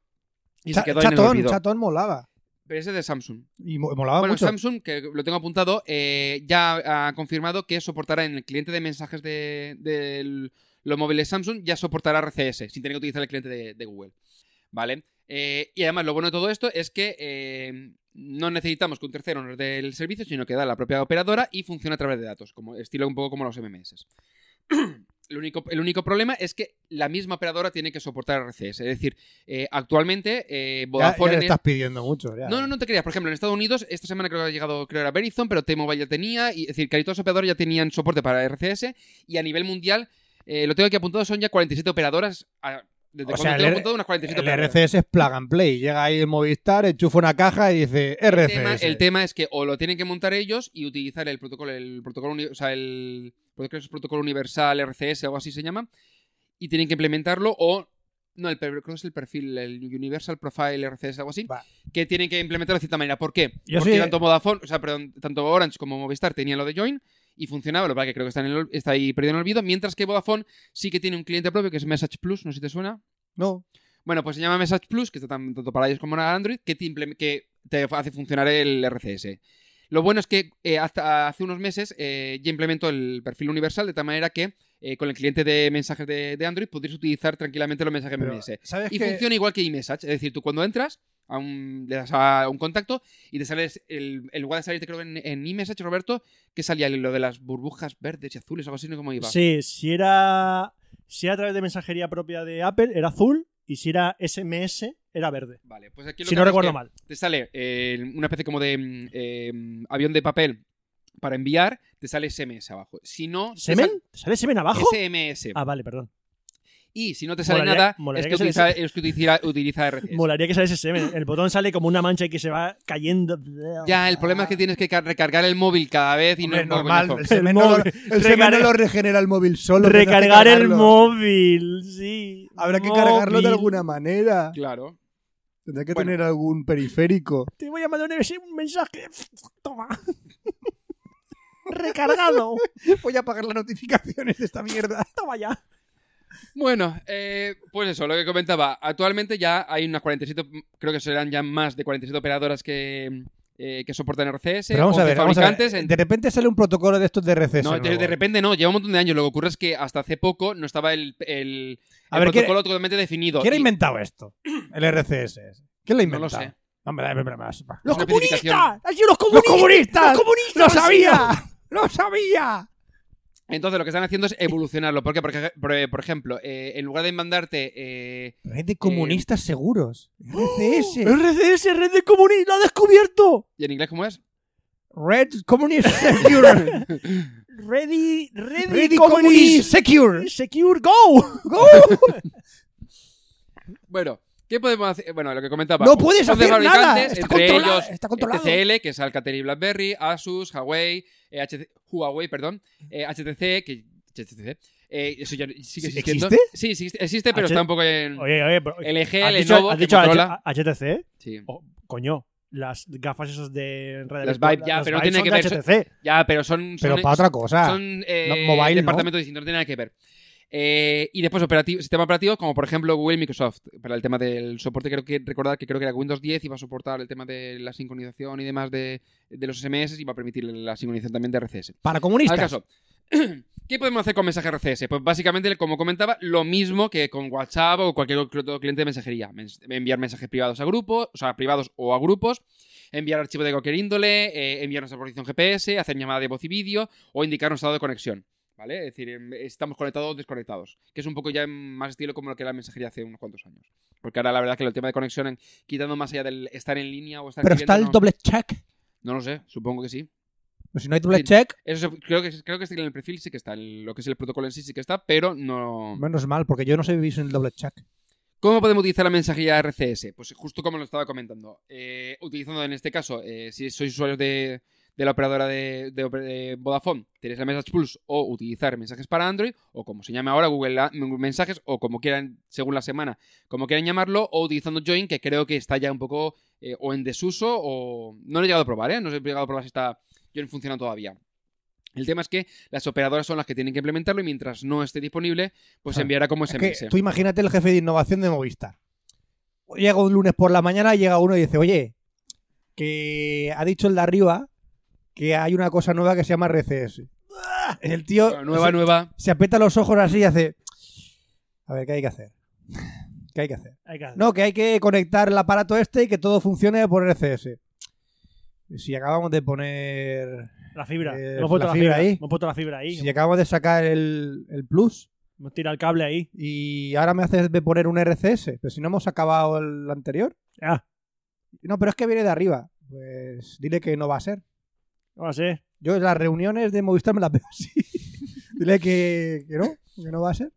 Speaker 1: y
Speaker 2: Cha-
Speaker 1: se quedó en el
Speaker 2: chatón,
Speaker 1: olvido.
Speaker 2: chatón molaba.
Speaker 1: Pero ese es de Samsung.
Speaker 2: Y mo- molaba
Speaker 1: Bueno,
Speaker 2: mucho.
Speaker 1: Samsung, que lo tengo apuntado, eh, ya ha confirmado que soportará en el cliente de mensajes de, del- los móviles Samsung, ya soportará RCS, sin tener que utilizar el cliente de, de Google. ¿Vale? Eh, y además, lo bueno de todo esto es que eh, no necesitamos que un tercero nos dé el servicio, sino que da la propia operadora y funciona a través de datos, como estilo un poco como los MMS. (clears throat) El único, el único problema es que la misma operadora tiene que soportar RCS. Es decir, eh, actualmente eh,
Speaker 2: Ya- ya,
Speaker 1: Vodafone... en-
Speaker 2: le estás pidiendo mucho. ya.
Speaker 1: no, no, no te creas. Por ejemplo, en Estados Unidos, esta semana creo que ha llegado, creo era Verizon, pero T-Mobile ya tenía. Y, es decir, casi todos los operadores ya tenían soporte para RCS. Y a nivel mundial, eh, lo tengo aquí apuntado, son ya 47 operadoras. ah, desde
Speaker 2: O
Speaker 1: cuando
Speaker 2: sea,
Speaker 1: lo
Speaker 2: el
Speaker 1: tengo
Speaker 2: R-
Speaker 1: apuntado, unas 47
Speaker 2: El
Speaker 1: operadoras.
Speaker 2: RCS es plug and play. Llega ahí el Movistar, enchufa una caja y dice
Speaker 1: El
Speaker 2: RCS.
Speaker 1: tema, el tema es que o lo tienen que montar ellos y utilizar el protocolo, el protocolo, uni- o sea, el, creo que es protocolo universal RCS, algo así se llama, y tienen que implementarlo o no, el, per- creo que es el perfil, el Universal Profile RCS, algo así,
Speaker 2: Va.
Speaker 1: que tienen que implementarlo de cierta manera. ¿Por qué?
Speaker 2: Yo
Speaker 1: Porque
Speaker 2: soy-
Speaker 1: tanto Vodafone, o sea, perdón, tanto Orange como Movistar tenían lo de Join y funcionaba, lo que pasa que creo que está, en el ol- está ahí perdido en el olvido, mientras que Vodafone sí que tiene un cliente propio que es Message Plus, no sé si te suena.
Speaker 2: No.
Speaker 1: Bueno, pues se llama Message Plus, que está tan- tanto para iOS como para Android, que te, implem- que te hace funcionar el RCS. Lo bueno es que eh, hasta hace unos meses eh, ya implementó el perfil universal de tal manera que eh, con el cliente de mensajes de, de Android podrías utilizar tranquilamente los mensajes
Speaker 2: Pero,
Speaker 1: MMS.
Speaker 2: ¿Sabes
Speaker 1: Y
Speaker 2: que-
Speaker 1: funciona igual que iMessage. Es decir, tú cuando entras a un, le das a un contacto y te sales, el, en lugar de salirte creo que en, en iMessage, Roberto, que salía lo de las burbujas verdes y azules, algo así, no como iba.
Speaker 3: Sí, si era, si era a través de mensajería propia de Apple, era azul. Y si era SMS, era verde.
Speaker 1: Vale, pues aquí lo
Speaker 3: Si
Speaker 1: que
Speaker 3: no
Speaker 1: hace es
Speaker 3: recuerdo
Speaker 1: que-
Speaker 3: mal.
Speaker 1: te sale eh, una especie como de mm, eh, avión de papel para enviar, te sale SMS abajo. Si no, te
Speaker 3: ¿Semen? ¿Te ¿Sale semen abajo?
Speaker 1: sale SMS.
Speaker 3: Ah, vale, perdón.
Speaker 1: Y si no te sale
Speaker 3: Molaría-
Speaker 1: nada,
Speaker 3: molaría
Speaker 1: es que,
Speaker 3: que se le
Speaker 1: utiliza, es que utiliza, utiliza RCS.
Speaker 3: Molaría que saliese semen. El botón sale como una mancha y que se va cayendo.
Speaker 1: Ya, el problema es que tienes que ca- recargar el móvil cada vez y
Speaker 2: Hombre,
Speaker 1: no es
Speaker 2: normal.
Speaker 1: coñazo.
Speaker 2: El semen,
Speaker 3: El
Speaker 2: no lo,
Speaker 3: móvil.
Speaker 2: el semen
Speaker 3: Recarga-
Speaker 2: no lo regenera el móvil solo. tendrás que
Speaker 3: Recargar el
Speaker 2: cargarlo.
Speaker 3: móvil, sí.
Speaker 2: Habrá que
Speaker 3: Móvil.
Speaker 2: cargarlo de alguna manera.
Speaker 1: Claro.
Speaker 2: Tendrá que
Speaker 1: Bueno.
Speaker 2: tener algún periférico.
Speaker 3: Te voy a mandar un- un mensaje. Toma. Recargado.
Speaker 2: (laughs) Voy a apagar las notificaciones de esta mierda. (laughs)
Speaker 3: Toma ya.
Speaker 1: Bueno, eh, pues eso, lo que comentaba. Actualmente ya hay unas 47, mm, creo que serán ya más de 47 operadoras que, eh, que soportan RCS.
Speaker 2: Pero vamos a
Speaker 1: 11
Speaker 2: ver, vamos a ver.
Speaker 1: fabricantes en-
Speaker 2: De repente sale un protocolo de estos de RCS.
Speaker 1: No, de,
Speaker 2: nuevo.
Speaker 1: de repente no, lleva un montón de años. Lo que ocurre es que hasta hace poco no estaba el, el,
Speaker 2: A
Speaker 1: el
Speaker 2: ver, ¿quién-
Speaker 1: protocolo totalmente definido.
Speaker 2: ¿Quién ha
Speaker 1: Y- (clears throat)
Speaker 2: inventado esto? El RCS. ¿Quién lo ha
Speaker 1: No lo
Speaker 2: inventado?
Speaker 1: sé.
Speaker 2: Hombre, dame, dame, dame, dame.
Speaker 1: Los
Speaker 3: ¡Los
Speaker 1: Una comunistas!
Speaker 3: comunistas!
Speaker 1: especificación.
Speaker 3: ¡Han sido los
Speaker 2: (laughs) comunistas!
Speaker 3: comunistas! ¡Los comunistas!
Speaker 2: ¡Lo sabía! ¡Lo sabía!
Speaker 1: Entonces lo que están
Speaker 3: (laughs)
Speaker 1: haciendo es evolucionarlo. ¿Por qué? Porque, por, eh, por ejemplo, eh, en lugar de mandarte... eh,
Speaker 2: Red de comunistas (gasps) seguros. RCS.
Speaker 3: RCS, red de comunistas, lo ha descubierto.
Speaker 1: ¿Y en inglés cómo es?
Speaker 2: Red (laughs) Communist Secure.
Speaker 3: Ready, ready,
Speaker 2: Red Communist
Speaker 3: communist.
Speaker 2: Secure.
Speaker 3: Secure Go.
Speaker 1: Bueno, ¿qué podemos hacer? Bueno, lo que comentaba. eh,
Speaker 2: No
Speaker 1: un
Speaker 2: puedes
Speaker 1: montón de
Speaker 2: hacer nada,
Speaker 1: Ah, fabricantes,
Speaker 2: está
Speaker 1: entre
Speaker 2: controlado,
Speaker 1: ellos E
Speaker 2: está controlado.
Speaker 1: TCL, que es Alcatel y BlackBerry, Asus, Huawei, eh, HTC Huawei, perdón, eh, HTC, que HTC, eh, eso ya sigue
Speaker 2: ¿Sí-
Speaker 1: existiendo.
Speaker 2: existe?
Speaker 1: Sí, sí, existe, pero
Speaker 3: H-
Speaker 1: está un poco en
Speaker 3: Oye, oye, pero,
Speaker 1: LG,
Speaker 3: ¿has dicho-
Speaker 1: Lenovo,
Speaker 3: has
Speaker 1: que
Speaker 3: dicho H-
Speaker 1: controla.
Speaker 3: HTC?
Speaker 1: Sí.
Speaker 3: Oh, coño, las gafas esas de redes
Speaker 1: Las Vive, ya, pero no tiene que ver eso-
Speaker 3: HTC.
Speaker 1: Ya, pero son,
Speaker 2: Pero
Speaker 1: son-
Speaker 2: para otra cosa.
Speaker 1: son eh,
Speaker 2: no- mobile, ¿no?
Speaker 1: departamentos distintos, no tiene nada que ver. Eh, y después operativo, sistema operativo, como por ejemplo Google y Microsoft. Para el tema del soporte, creo que recordar que creo que era Windows 10 iba a soportar el tema de la sincronización y demás de, de los SMS y va a permitir la sincronización también de RCS.
Speaker 2: Para
Speaker 1: Al
Speaker 2: comunistas.
Speaker 1: caso, (clears throat) ¿qué podemos hacer con mensaje RCS? Pues básicamente, como comentaba, lo mismo que con WhatsApp o cualquier otro cliente de mensajería. Mens- Enviar mensajes privados a grupos, o sea, privados o a grupos, enviar archivos de cualquier índole, eh, enviar nuestra posición GPS, hacer llamada de voz y vídeo o indicar un estado de conexión. ¿Vale? Es decir, em, estamos conectados o desconectados. Que es un poco ya más estilo como lo que era la mensajería hace unos cuantos años. Porque ahora la verdad es que el tema de conexión, en- quitando más allá del estar en línea o estar
Speaker 2: Pero está el
Speaker 1: escribiendo,
Speaker 2: doble check.
Speaker 1: no, no lo sé, supongo que sí.
Speaker 2: Pues si no hay doble
Speaker 1: Sí.
Speaker 2: check,
Speaker 1: Eso se- creo que creo que en el perfil sí que está, el- lo que es el protocolo en sí sí que está, pero no.
Speaker 2: menos mal, porque yo no sé vivir sin el doble check.
Speaker 1: ¿Cómo podemos utilizar la mensajería RCS? Pues justo como lo estaba comentando, eh, utilizando en este caso, eh, si sois usuarios de, de la operadora de, de oper- de Vodafone, tenéis la Message Pulse o utilizar mensajes para Android o como se llame ahora Google La- Mensajes o como quieran según la semana, como quieran llamarlo o utilizando Join que creo que está ya un poco eh, o en desuso o no lo he llegado a probar, ¿eh? No he llegado a probar si está Join funciona todavía. El tema es que las operadoras son las que tienen que implementarlo y mientras no esté disponible, pues se
Speaker 2: Ah,
Speaker 1: enviará como
Speaker 2: Es
Speaker 1: SMS.
Speaker 2: que tú imagínate el jefe de innovación de Movistar. Llega un lunes por la mañana, llega uno y dice, oye, que ha dicho el de arriba que hay una cosa nueva que se llama RCS. El tío
Speaker 1: Ah, Bueno, nueva, nueva.
Speaker 2: se aprieta los ojos así y hace... A ver, ¿qué hay que hacer? ¿Qué hay que hacer?
Speaker 3: Hay que hacer-
Speaker 2: No, que hay que conectar el aparato este y que todo funcione por RCS. Si acabamos de poner...
Speaker 3: La fibra.
Speaker 2: Eh,
Speaker 3: Hemos puesto
Speaker 2: la
Speaker 3: la
Speaker 2: fibra
Speaker 3: fibra
Speaker 2: ahí.
Speaker 3: Hemos puesto la fibra ahí.
Speaker 2: Si acabamos de sacar el, el Plus,
Speaker 3: Hemos tirado el cable ahí.
Speaker 2: y ahora me haces de poner un RCS, pero si no hemos acabado el anterior.
Speaker 3: Ah.
Speaker 2: No, pero es que viene de arriba. Pues dile que no va a ser.
Speaker 3: Ahora sí.
Speaker 2: Yo las reuniones de Movistar me las veo (laughs) así. dile que, que no, que no va a ser.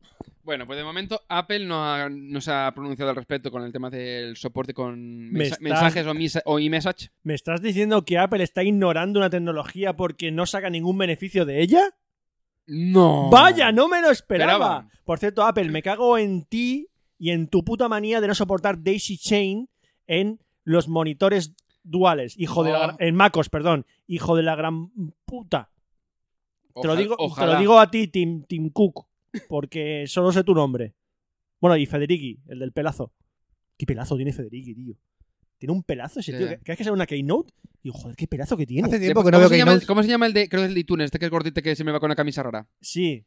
Speaker 1: Bueno, pues de momento Apple no, ha- no se ha pronunciado al respecto con el tema del soporte con
Speaker 3: Me
Speaker 1: mensa-
Speaker 3: estás-
Speaker 1: mensajes o, misa- o iMessage.
Speaker 3: ¿Me estás diciendo que Apple está ignorando una tecnología porque no saca ningún beneficio de ella?
Speaker 1: No.
Speaker 3: ¡Vaya, no me lo esperaba!
Speaker 1: Esperaba.
Speaker 3: Por cierto, Apple, me cago en ti y en tu puta manía de no soportar Daisy Chain en los monitores duales. Hijo de la
Speaker 1: Oh.
Speaker 3: gran- En MacOS, perdón. Hijo de la gran puta. Te lo,
Speaker 1: Ojalá-
Speaker 3: digo, te
Speaker 1: ojalá.
Speaker 3: lo digo a ti, Tim, Tim Cook, porque solo sé tu nombre. Bueno, y Federighi, el del pelazo. ¿Qué pelazo tiene Federighi, tío? Tiene un pelazo ese
Speaker 1: Sí.
Speaker 3: tío. ¿Crees que sea una Keynote? Digo, joder, qué pelazo que tiene.
Speaker 2: Hace
Speaker 1: De-
Speaker 2: tiempo que
Speaker 1: Pues, ¿cómo
Speaker 2: no veo
Speaker 1: se
Speaker 2: que
Speaker 1: llama el- ¿Cómo se llama el de, creo que es el de iTunes, este que es gordito que siempre va con una camisa rara?
Speaker 3: Sí.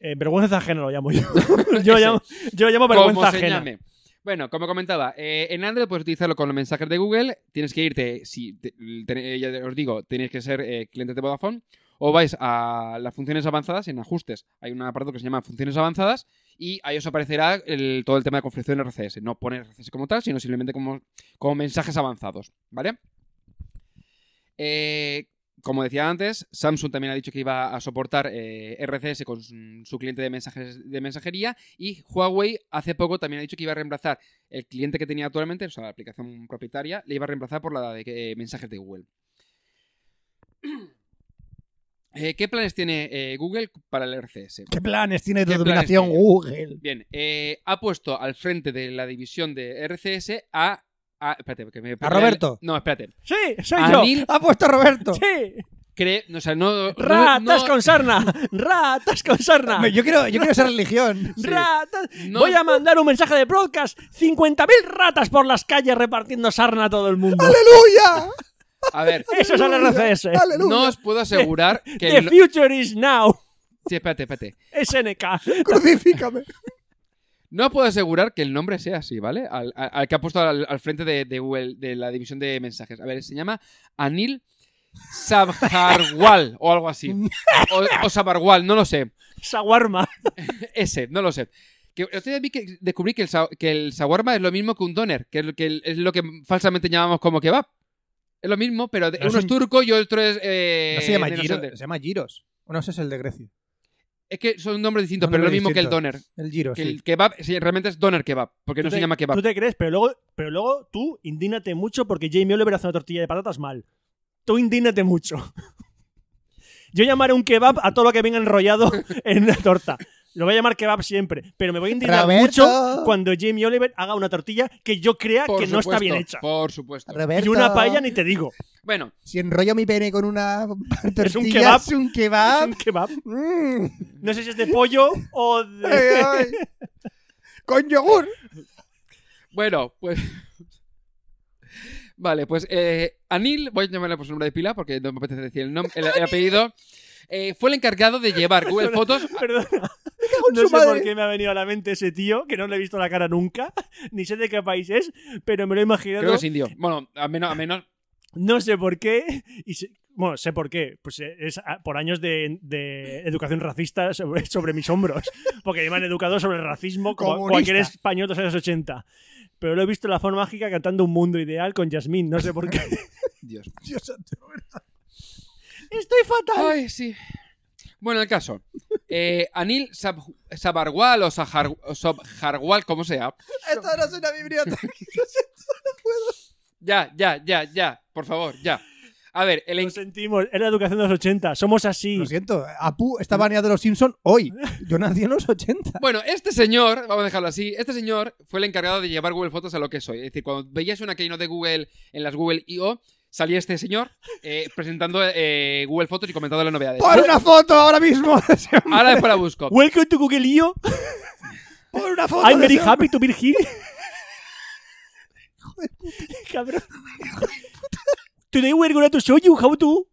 Speaker 3: Eh, vergüenza ajena
Speaker 1: (laughs)
Speaker 3: lo llamo yo. (laughs) yo, lo llamo, yo lo llamo vergüenza
Speaker 1: Como se
Speaker 3: ajena.
Speaker 1: llame. Bueno, como comentaba, eh, en Android puedes utilizarlo con los mensajes de Google. Tienes que irte, si te- te- ya os digo, tenéis que ser eh, clientes de Vodafone. O vais a las funciones avanzadas en ajustes. Hay un apartado que se llama funciones avanzadas y ahí os aparecerá el- todo el tema de configuración RCS. No poner RCS como tal, sino simplemente como, como mensajes avanzados. ¿Vale? Eh, como decía antes, Samsung también ha dicho que iba a soportar eh, RCS con su, su cliente de, mensajes, de mensajería y Huawei hace poco también ha dicho que iba a reemplazar el cliente que tenía actualmente, o sea, la aplicación propietaria, le iba a reemplazar por la de eh, mensajes de Google. (clears throat) Eh, ¿Qué planes tiene eh, Google para el RCS?
Speaker 2: ¿Qué planes tiene de
Speaker 1: ¿Qué
Speaker 2: dominación
Speaker 1: planes tiene?
Speaker 2: Google?
Speaker 1: Bien, eh, ha puesto al frente de la división de RCS a... a- espérate, que me-
Speaker 2: A Roberto.
Speaker 1: No, espérate.
Speaker 3: Sí, soy
Speaker 1: A
Speaker 3: yo.
Speaker 1: Neil
Speaker 2: ¡Ha puesto
Speaker 3: (laughs)
Speaker 2: Roberto!
Speaker 3: Sí.
Speaker 1: Cre- no, o sea, no... no-
Speaker 3: Ratas
Speaker 1: no-
Speaker 3: con sarna. Ratas con sarna.
Speaker 2: Me- Yo quiero, yo quiero esa
Speaker 3: (laughs)
Speaker 2: religión.
Speaker 3: Ratas.
Speaker 1: No-
Speaker 3: Voy a mandar un mensaje de broadcast. 50.000 ratas por las calles repartiendo sarna a todo el mundo.
Speaker 2: ¡Aleluya!
Speaker 1: A
Speaker 3: (laughs)
Speaker 1: ver,
Speaker 3: Eso es el RCS.
Speaker 2: ¡Aleluya!
Speaker 1: no os puedo
Speaker 3: (laughs)
Speaker 1: asegurar que...
Speaker 3: The
Speaker 1: lo-
Speaker 3: future is now.
Speaker 1: Sí, espérate, espérate.
Speaker 3: SNK.
Speaker 2: ¡Crucifícame!
Speaker 1: No puedo asegurar que el nombre sea así, ¿vale? Al, al- al que ha puesto al, al frente de, de Google, de la división de mensajes. A ver, se llama Anil Sabjarwal o algo así. O, o Sabarwal, no lo sé.
Speaker 3: Saguarma.
Speaker 1: Ese, no lo sé. Que el otro día vi que descubrí que el, sa- que el shawarma es lo mismo que un doner, que es lo que, es lo que falsamente llamamos como kebab. Es lo mismo, pero de-
Speaker 2: No es
Speaker 1: uno es
Speaker 2: un-
Speaker 1: turco y otro es. (laughs) eh,
Speaker 2: No se llama
Speaker 1: de no
Speaker 2: Giros.
Speaker 1: sé dónde.
Speaker 2: Se llama Giros. No, ese es el de Grecia.
Speaker 1: Es que son nombres distintos,
Speaker 2: Son
Speaker 1: pero es lo
Speaker 2: nombres
Speaker 1: mismo que el
Speaker 2: distintos.
Speaker 1: doner.
Speaker 2: El Giros,
Speaker 1: Que
Speaker 2: sí.
Speaker 1: el kebab sí, realmente es doner kebab, porque no
Speaker 3: Tú
Speaker 1: se
Speaker 3: te-
Speaker 1: llama kebab.
Speaker 3: Tú te crees, pero luego, pero luego tú indínate mucho porque Jamie Oliver hace una tortilla de patatas mal. Tú indínate mucho. (laughs) Yo llamaré un kebab a todo lo que venga enrollado (laughs) en una torta. Lo voy a llamar kebab siempre, pero me voy a indignar
Speaker 2: Roberto.
Speaker 3: mucho cuando Jamie Oliver haga una tortilla que yo (laughs) crea
Speaker 1: Por
Speaker 3: que no está
Speaker 1: supuesto,
Speaker 3: bien hecha.
Speaker 1: Por supuesto.
Speaker 2: Roberto,
Speaker 3: Y una paella ni te digo.
Speaker 1: Bueno,
Speaker 2: Si enrollo mi pene con
Speaker 3: (laughs)
Speaker 2: una tortilla,
Speaker 3: un kebab.
Speaker 2: es un
Speaker 3: Es
Speaker 2: kebab.
Speaker 3: un kebab. (laughs)
Speaker 2: Mm.
Speaker 3: No sé si es de pollo
Speaker 2: (laughs)
Speaker 3: o de...
Speaker 2: Ay, ay. Con
Speaker 3: (laughs)
Speaker 2: yogur.
Speaker 1: bueno, pues. (laughs) Vale, pues eh, Anil, voy a llamarle por su nombre de pila porque no me apetece decir el, nom- el- el apellido. eh, fue el encargado de llevar Google Fotos
Speaker 3: Perdona.
Speaker 2: en
Speaker 3: No
Speaker 2: su
Speaker 3: sé por
Speaker 2: madre.
Speaker 3: qué me ha venido a la mente ese tío, que no le he visto la cara nunca, (laughs) ni sé de qué país es, pero me lo he imaginado
Speaker 1: Creo que es indio. Bueno, a menos, a menos
Speaker 3: No sé por qué. Y sé- bueno, sé por qué. Pues eh, es ah, por años de, de educación racista sobre, sobre mis hombros. (laughs) Porque me han educado sobre el racismo como
Speaker 2: Comunista.
Speaker 3: cualquier español de los años 80. Pero lo he visto en la forma mágica cantando Un Mundo Ideal con Yasmín. No sé por qué.
Speaker 1: Dios.
Speaker 2: (laughs) Dios santo.
Speaker 3: Estoy fatal.
Speaker 1: Ay, sí. Bueno, el caso. Eh, Anil Sab- Sabarwal o Sahar- o Sabharwal, como sea.
Speaker 2: Esto no es una biblioteca.
Speaker 1: Ya, ya, ya, ya. Por favor, ya. A ver, el
Speaker 3: Lo
Speaker 1: en-
Speaker 3: sentimos. Es la educación de los 80. Somos así.
Speaker 2: Lo siento, Apu está baneado de los Simpsons hoy. Yo nací en
Speaker 1: (laughs)
Speaker 2: los 80.
Speaker 1: Bueno, este señor, vamos a dejarlo así, este señor fue el encargado de llevar Google Fotos a lo que soy. Es decir, cuando veías una keynote de Google en las Google I.O., salía este señor eh, presentando eh, Google Fotos y comentando las novedades.
Speaker 2: ¡Pon una foto ahora mismo! (laughs) de ese hombre!
Speaker 1: Ahora después la busco.
Speaker 3: Welcome to Google IO.
Speaker 2: ¡Pon una foto!
Speaker 3: I'm
Speaker 2: de
Speaker 3: very
Speaker 2: ese hombre!
Speaker 3: happy to be
Speaker 2: (laughs)
Speaker 3: here. Cabrón. Today we're going to show you how to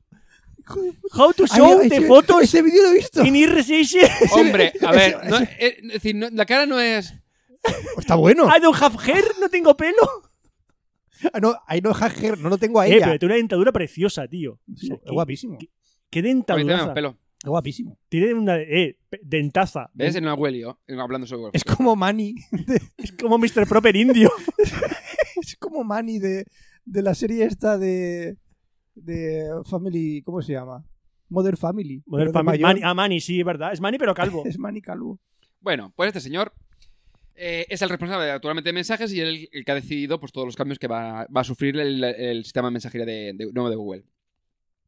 Speaker 3: how to
Speaker 2: Ay,
Speaker 3: show
Speaker 2: ay,
Speaker 3: the
Speaker 2: ese-
Speaker 3: photos
Speaker 2: Ese vídeo lo he visto.
Speaker 3: in IRCS.
Speaker 1: Hombre, a ver, no- eh, es decir, no- la cara no es...
Speaker 2: Está bueno.
Speaker 3: I don't have hair, no tengo pelo.
Speaker 2: Ah, no, ahí no, Hager, no lo tengo a
Speaker 3: Eh,
Speaker 2: ella.
Speaker 3: pero tiene una dentadura preciosa, tío. O
Speaker 2: Sí,
Speaker 3: sea,
Speaker 2: es
Speaker 3: qué,
Speaker 2: guapísimo.
Speaker 3: qué- qué
Speaker 1: A mí también me
Speaker 3: dentadura.
Speaker 1: pelo.
Speaker 2: Es guapísimo.
Speaker 3: Tiene una eh, pe- dentaza.
Speaker 1: ¿Ves? En una Google I.O., hablando sobre Google
Speaker 2: Es como Manny. de-
Speaker 3: Es como Mr.
Speaker 2: (laughs)
Speaker 3: Proper Indio.
Speaker 2: es como Manny de, de la serie esta de. de Family. ¿Cómo se llama? Modern Family. Pero
Speaker 3: Modern
Speaker 2: de
Speaker 3: Family.
Speaker 2: mayor.
Speaker 3: Manny- ah, Manny, sí, es verdad. Es Manny, pero calvo.
Speaker 2: (laughs) Es Manny Calvo.
Speaker 1: Bueno, pues este señor eh, es el responsable naturalmente de mensajes y el, el que ha decidido pues, todos los cambios que va, va a sufrir el, el sistema de mensajería de, de- nuevo de Google.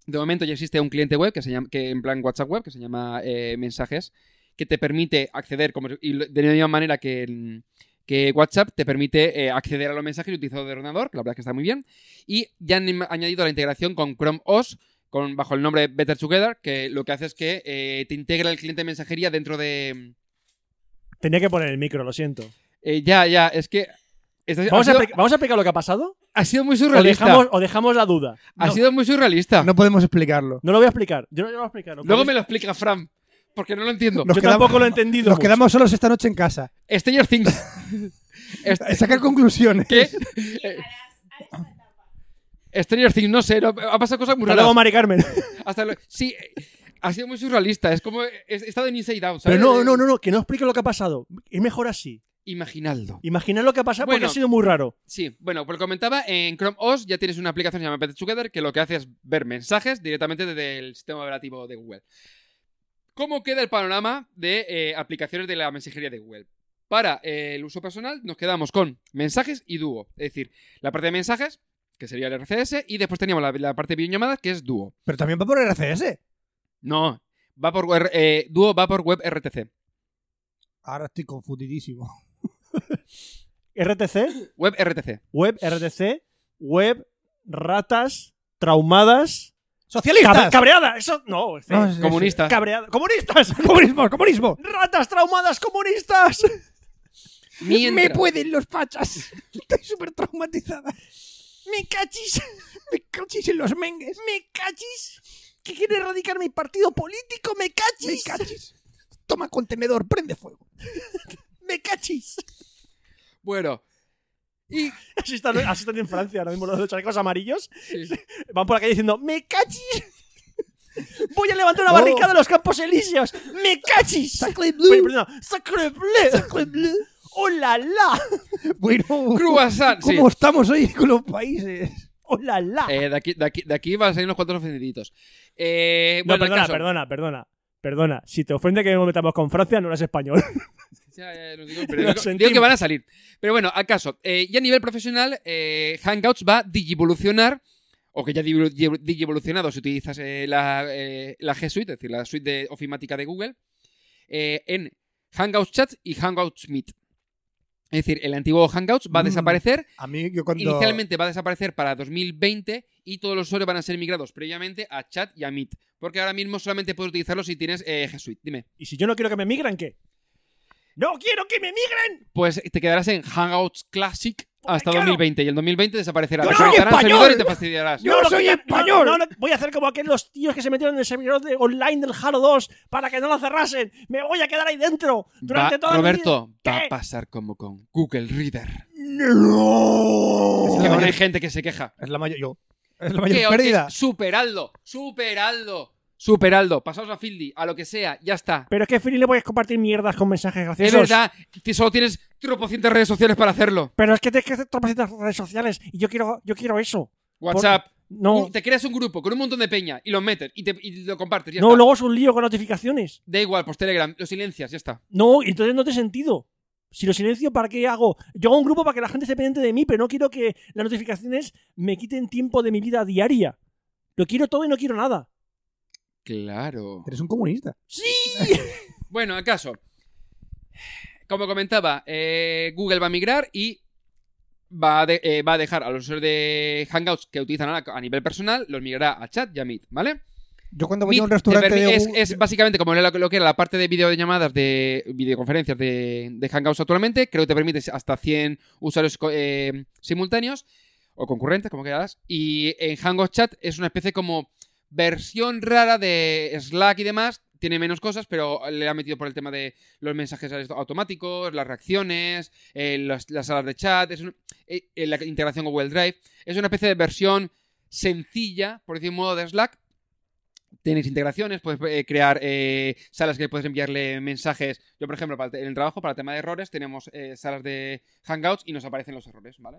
Speaker 1: De momento ya existe un cliente web que se llama, que en plan WhatsApp web que se llama eh, Mensajes, que te permite acceder como, y lo- de la misma manera que, el- que WhatsApp te permite eh, acceder a los mensajes utilizados de ordenador, que la verdad es que está muy bien. Y ya han añadido la integración con Chrome OS, con, bajo el nombre Better Together, que lo que hace es que eh, te integra el cliente de mensajería dentro de,
Speaker 3: Tenía que poner el micro, lo siento.
Speaker 1: eh, ya, ya, es que. esto ha,
Speaker 3: ¿Vamos a,
Speaker 1: sido,
Speaker 3: explica- ¿Vamos a explicar lo que ha pasado?
Speaker 1: ha sido muy
Speaker 3: ¿O
Speaker 1: surrealista.
Speaker 3: dejamos, o dejamos la duda?
Speaker 1: Ha
Speaker 3: No.
Speaker 1: sido muy surrealista.
Speaker 2: No podemos explicarlo.
Speaker 3: No lo voy a explicar. Yo no lo voy a explicar.
Speaker 1: Luego me lo explica Fran, porque no lo entiendo.
Speaker 2: No.
Speaker 3: Yo
Speaker 2: Nos quedamos-
Speaker 3: tampoco lo he entendido.
Speaker 2: Nos
Speaker 3: mucho.
Speaker 2: quedamos solos esta noche en casa.
Speaker 1: Stranger
Speaker 3: (laughs)
Speaker 1: Things. Est-
Speaker 2: Sacar conclusiones.
Speaker 1: ¿Qué? Eh, Stranger Things, no sé, no- ha pasado cosas muy
Speaker 3: Hasta
Speaker 1: raras.
Speaker 3: luego, Mari (laughs) Carmen.
Speaker 1: Hasta lo- sí, eh, ha sido muy surrealista. Es como. eh, He estado en Inside Out,
Speaker 3: Pero
Speaker 1: ¿sabes?
Speaker 3: no, no, no, no, que no explique lo que ha pasado. Es mejor así.
Speaker 1: Imaginadlo.
Speaker 3: Imaginad lo que ha pasado porque
Speaker 1: Bueno.
Speaker 3: ha sido muy raro.
Speaker 1: Sí, bueno, pues lo comentaba, en Chrome OS ya tienes una aplicación llamada Better Together que lo que hace es ver mensajes directamente desde el sistema operativo de Google. ¿Cómo queda el panorama de eh, aplicaciones de la mensajería de Google? Para eh, el uso personal nos quedamos con mensajes y dúo. Es decir, la parte de mensajes, que sería el RCS, y después teníamos la, la parte de videollamadas, que es dúo.
Speaker 2: Pero también va por RCS.
Speaker 1: No, va por web- eh, dúo va por web RTC.
Speaker 2: Ahora estoy confundidísimo.
Speaker 3: RTC,
Speaker 1: Web RTC.
Speaker 3: web, RTC, web, ratas, traumadas.
Speaker 2: ¡Socialistas!
Speaker 3: Cab- cabreada, eso no. sí.
Speaker 2: No, sí,
Speaker 1: Comunista.
Speaker 3: Cabreada. ¡Comunistas! (laughs)
Speaker 2: ¡Comunismo, comunismo!
Speaker 3: ¡Ratas traumadas comunistas!
Speaker 2: Me
Speaker 1: Mientras-
Speaker 2: pueden los fachas. Estoy súper traumatizada.
Speaker 3: ¡Me cachis!
Speaker 2: Me cachis en los mengues.
Speaker 3: ¡Me cachis! ¿Que quiere erradicar mi partido político? ¡Me
Speaker 2: Me
Speaker 3: cachis!
Speaker 2: cachis. Toma contenedor, prende fuego.
Speaker 3: ¡Me cachis!
Speaker 1: Bueno. Y
Speaker 3: Así están, así están en Francia ahora mismo los de los chalecos amarillos.
Speaker 1: Sí.
Speaker 3: Van por la calle diciendo, ¡me cachis! Voy a levantar una
Speaker 2: Oh.
Speaker 3: barricada en los Campos Elíseos. ¡Me cachis!
Speaker 2: Sacre
Speaker 3: Oye,
Speaker 2: bleu,
Speaker 3: perdona. ¡Sacre bleu!
Speaker 2: sacre bleu.
Speaker 3: ¡Hola la!
Speaker 2: Bueno,
Speaker 1: Cruasán, sí.
Speaker 2: ¿cómo estamos hoy con los países?
Speaker 3: ¡Hola la!
Speaker 1: Eh, de, aquí, de, aquí, de aquí van a salir unos cuantos ofendiditos. Eh,
Speaker 3: no,
Speaker 1: bueno, el
Speaker 3: perdona,
Speaker 1: caso-
Speaker 3: perdona, perdona. Perdona, si te ofende que nos metamos con Francia, no eres español. (laughs)
Speaker 1: Ya, ya, ya, lo digo, pero
Speaker 3: Lo
Speaker 1: digo- digo
Speaker 3: sentimos.
Speaker 1: que van a salir. Pero bueno, al caso, eh, ya a nivel profesional, eh, Hangouts va a digivolucionar, o que ya ha digivu- digivu- digivolucionado si utilizas eh, la, eh, la G Suite, es decir, la suite de ofimática de Google, eh, en Hangouts Chat y Hangouts Meet. Es decir, el antiguo Hangouts va a
Speaker 2: Mm.
Speaker 1: desaparecer
Speaker 2: A mí, yo cuando...
Speaker 1: Inicialmente va a desaparecer para 2020 y todos los usuarios van a ser migrados previamente a Chat y a Meet. Porque ahora mismo solamente puedes utilizarlo si tienes eh, G Suite. Dime.
Speaker 3: Y si yo no quiero que me migren, ¿qué? ¡No quiero que me migren!
Speaker 1: Pues te quedarás en Hangouts Classic hasta
Speaker 3: claro.
Speaker 1: 2020 y el 2020 desaparecerá.
Speaker 3: ¡Yo
Speaker 1: Te
Speaker 3: soy
Speaker 1: soltarán
Speaker 3: español!
Speaker 1: servidor y te fastidiarás.
Speaker 2: ¡Yo soy
Speaker 3: quita-
Speaker 2: español!
Speaker 3: no, no, no, voy a hacer como aquellos tíos que se metieron en el servidor de- online del Halo 2 para que no lo cerrasen. Me voy a quedar ahí dentro durante
Speaker 1: Va-
Speaker 3: toda mi vida.
Speaker 1: Roberto, va a
Speaker 3: ¿Qué?
Speaker 1: pasar como con Google Reader.
Speaker 2: Es
Speaker 1: Que
Speaker 3: Oh.
Speaker 2: la
Speaker 1: ahora hay
Speaker 2: mayor...
Speaker 1: gente que se queja.
Speaker 2: Es la mayor... Yo. Es la
Speaker 1: Que,
Speaker 3: pues
Speaker 2: mayor
Speaker 1: oye,
Speaker 2: pérdida.
Speaker 1: Superadlo, superadlo, superadlo. Pasaos a Fildi, a lo que sea, ya está.
Speaker 3: Pero es que Free le voy a compartir mierdas con mensajes
Speaker 1: Es
Speaker 3: graciosos.
Speaker 1: verdad, que solo tienes tropocientas redes sociales para hacerlo.
Speaker 3: Pero es que tienes que hacer tropas redes sociales y yo quiero, yo quiero eso.
Speaker 1: WhatsApp.
Speaker 3: No,
Speaker 1: Un- Te creas un grupo con un montón de peña y lo metes y, te- y lo compartes. Ya
Speaker 3: no,
Speaker 1: está.
Speaker 3: luego es un lío con notificaciones.
Speaker 1: Da igual, pues Telegram, lo silencias, ya está.
Speaker 3: No, y entonces no tiene sentido. Si lo silencio, ¿para qué hago? Yo hago un grupo para que la gente esté pendiente de mí, pero no quiero que las notificaciones me quiten tiempo de mi vida diaria. Lo quiero todo y no quiero nada.
Speaker 1: Claro.
Speaker 2: Eres un comunista.
Speaker 1: Bueno, al caso. Como comentaba, eh, Google va a migrar y va a, de- eh, va a dejar a los usuarios de Hangouts que utilizan ahora a nivel personal, los migrará a Chat y a Meet, ¿vale?
Speaker 2: Yo cuando voy a un
Speaker 1: Meet
Speaker 2: restaurante
Speaker 1: te permi-
Speaker 2: de
Speaker 1: es,
Speaker 2: Google-
Speaker 1: es básicamente como era lo, lo que era la parte de videollamadas de videoconferencias de, de Hangouts actualmente. Creo que te permite hasta 100 usuarios co- eh, simultáneos o concurrentes, como quieras. Y en Hangouts Chat es una especie como versión rara de Slack y demás. Tiene menos cosas, pero le ha metido por el tema de los mensajes automáticos, las reacciones, eh, las, las salas de chat, es un- eh, eh, la integración con Google Drive. Es una especie de versión sencilla, por decir un modo, de Slack, Tienes integraciones, puedes eh, crear eh, salas que puedes enviarle mensajes. Yo, por ejemplo, para el te- en el trabajo, para el tema de errores, tenemos eh, salas de Hangouts y nos aparecen los errores, ¿vale?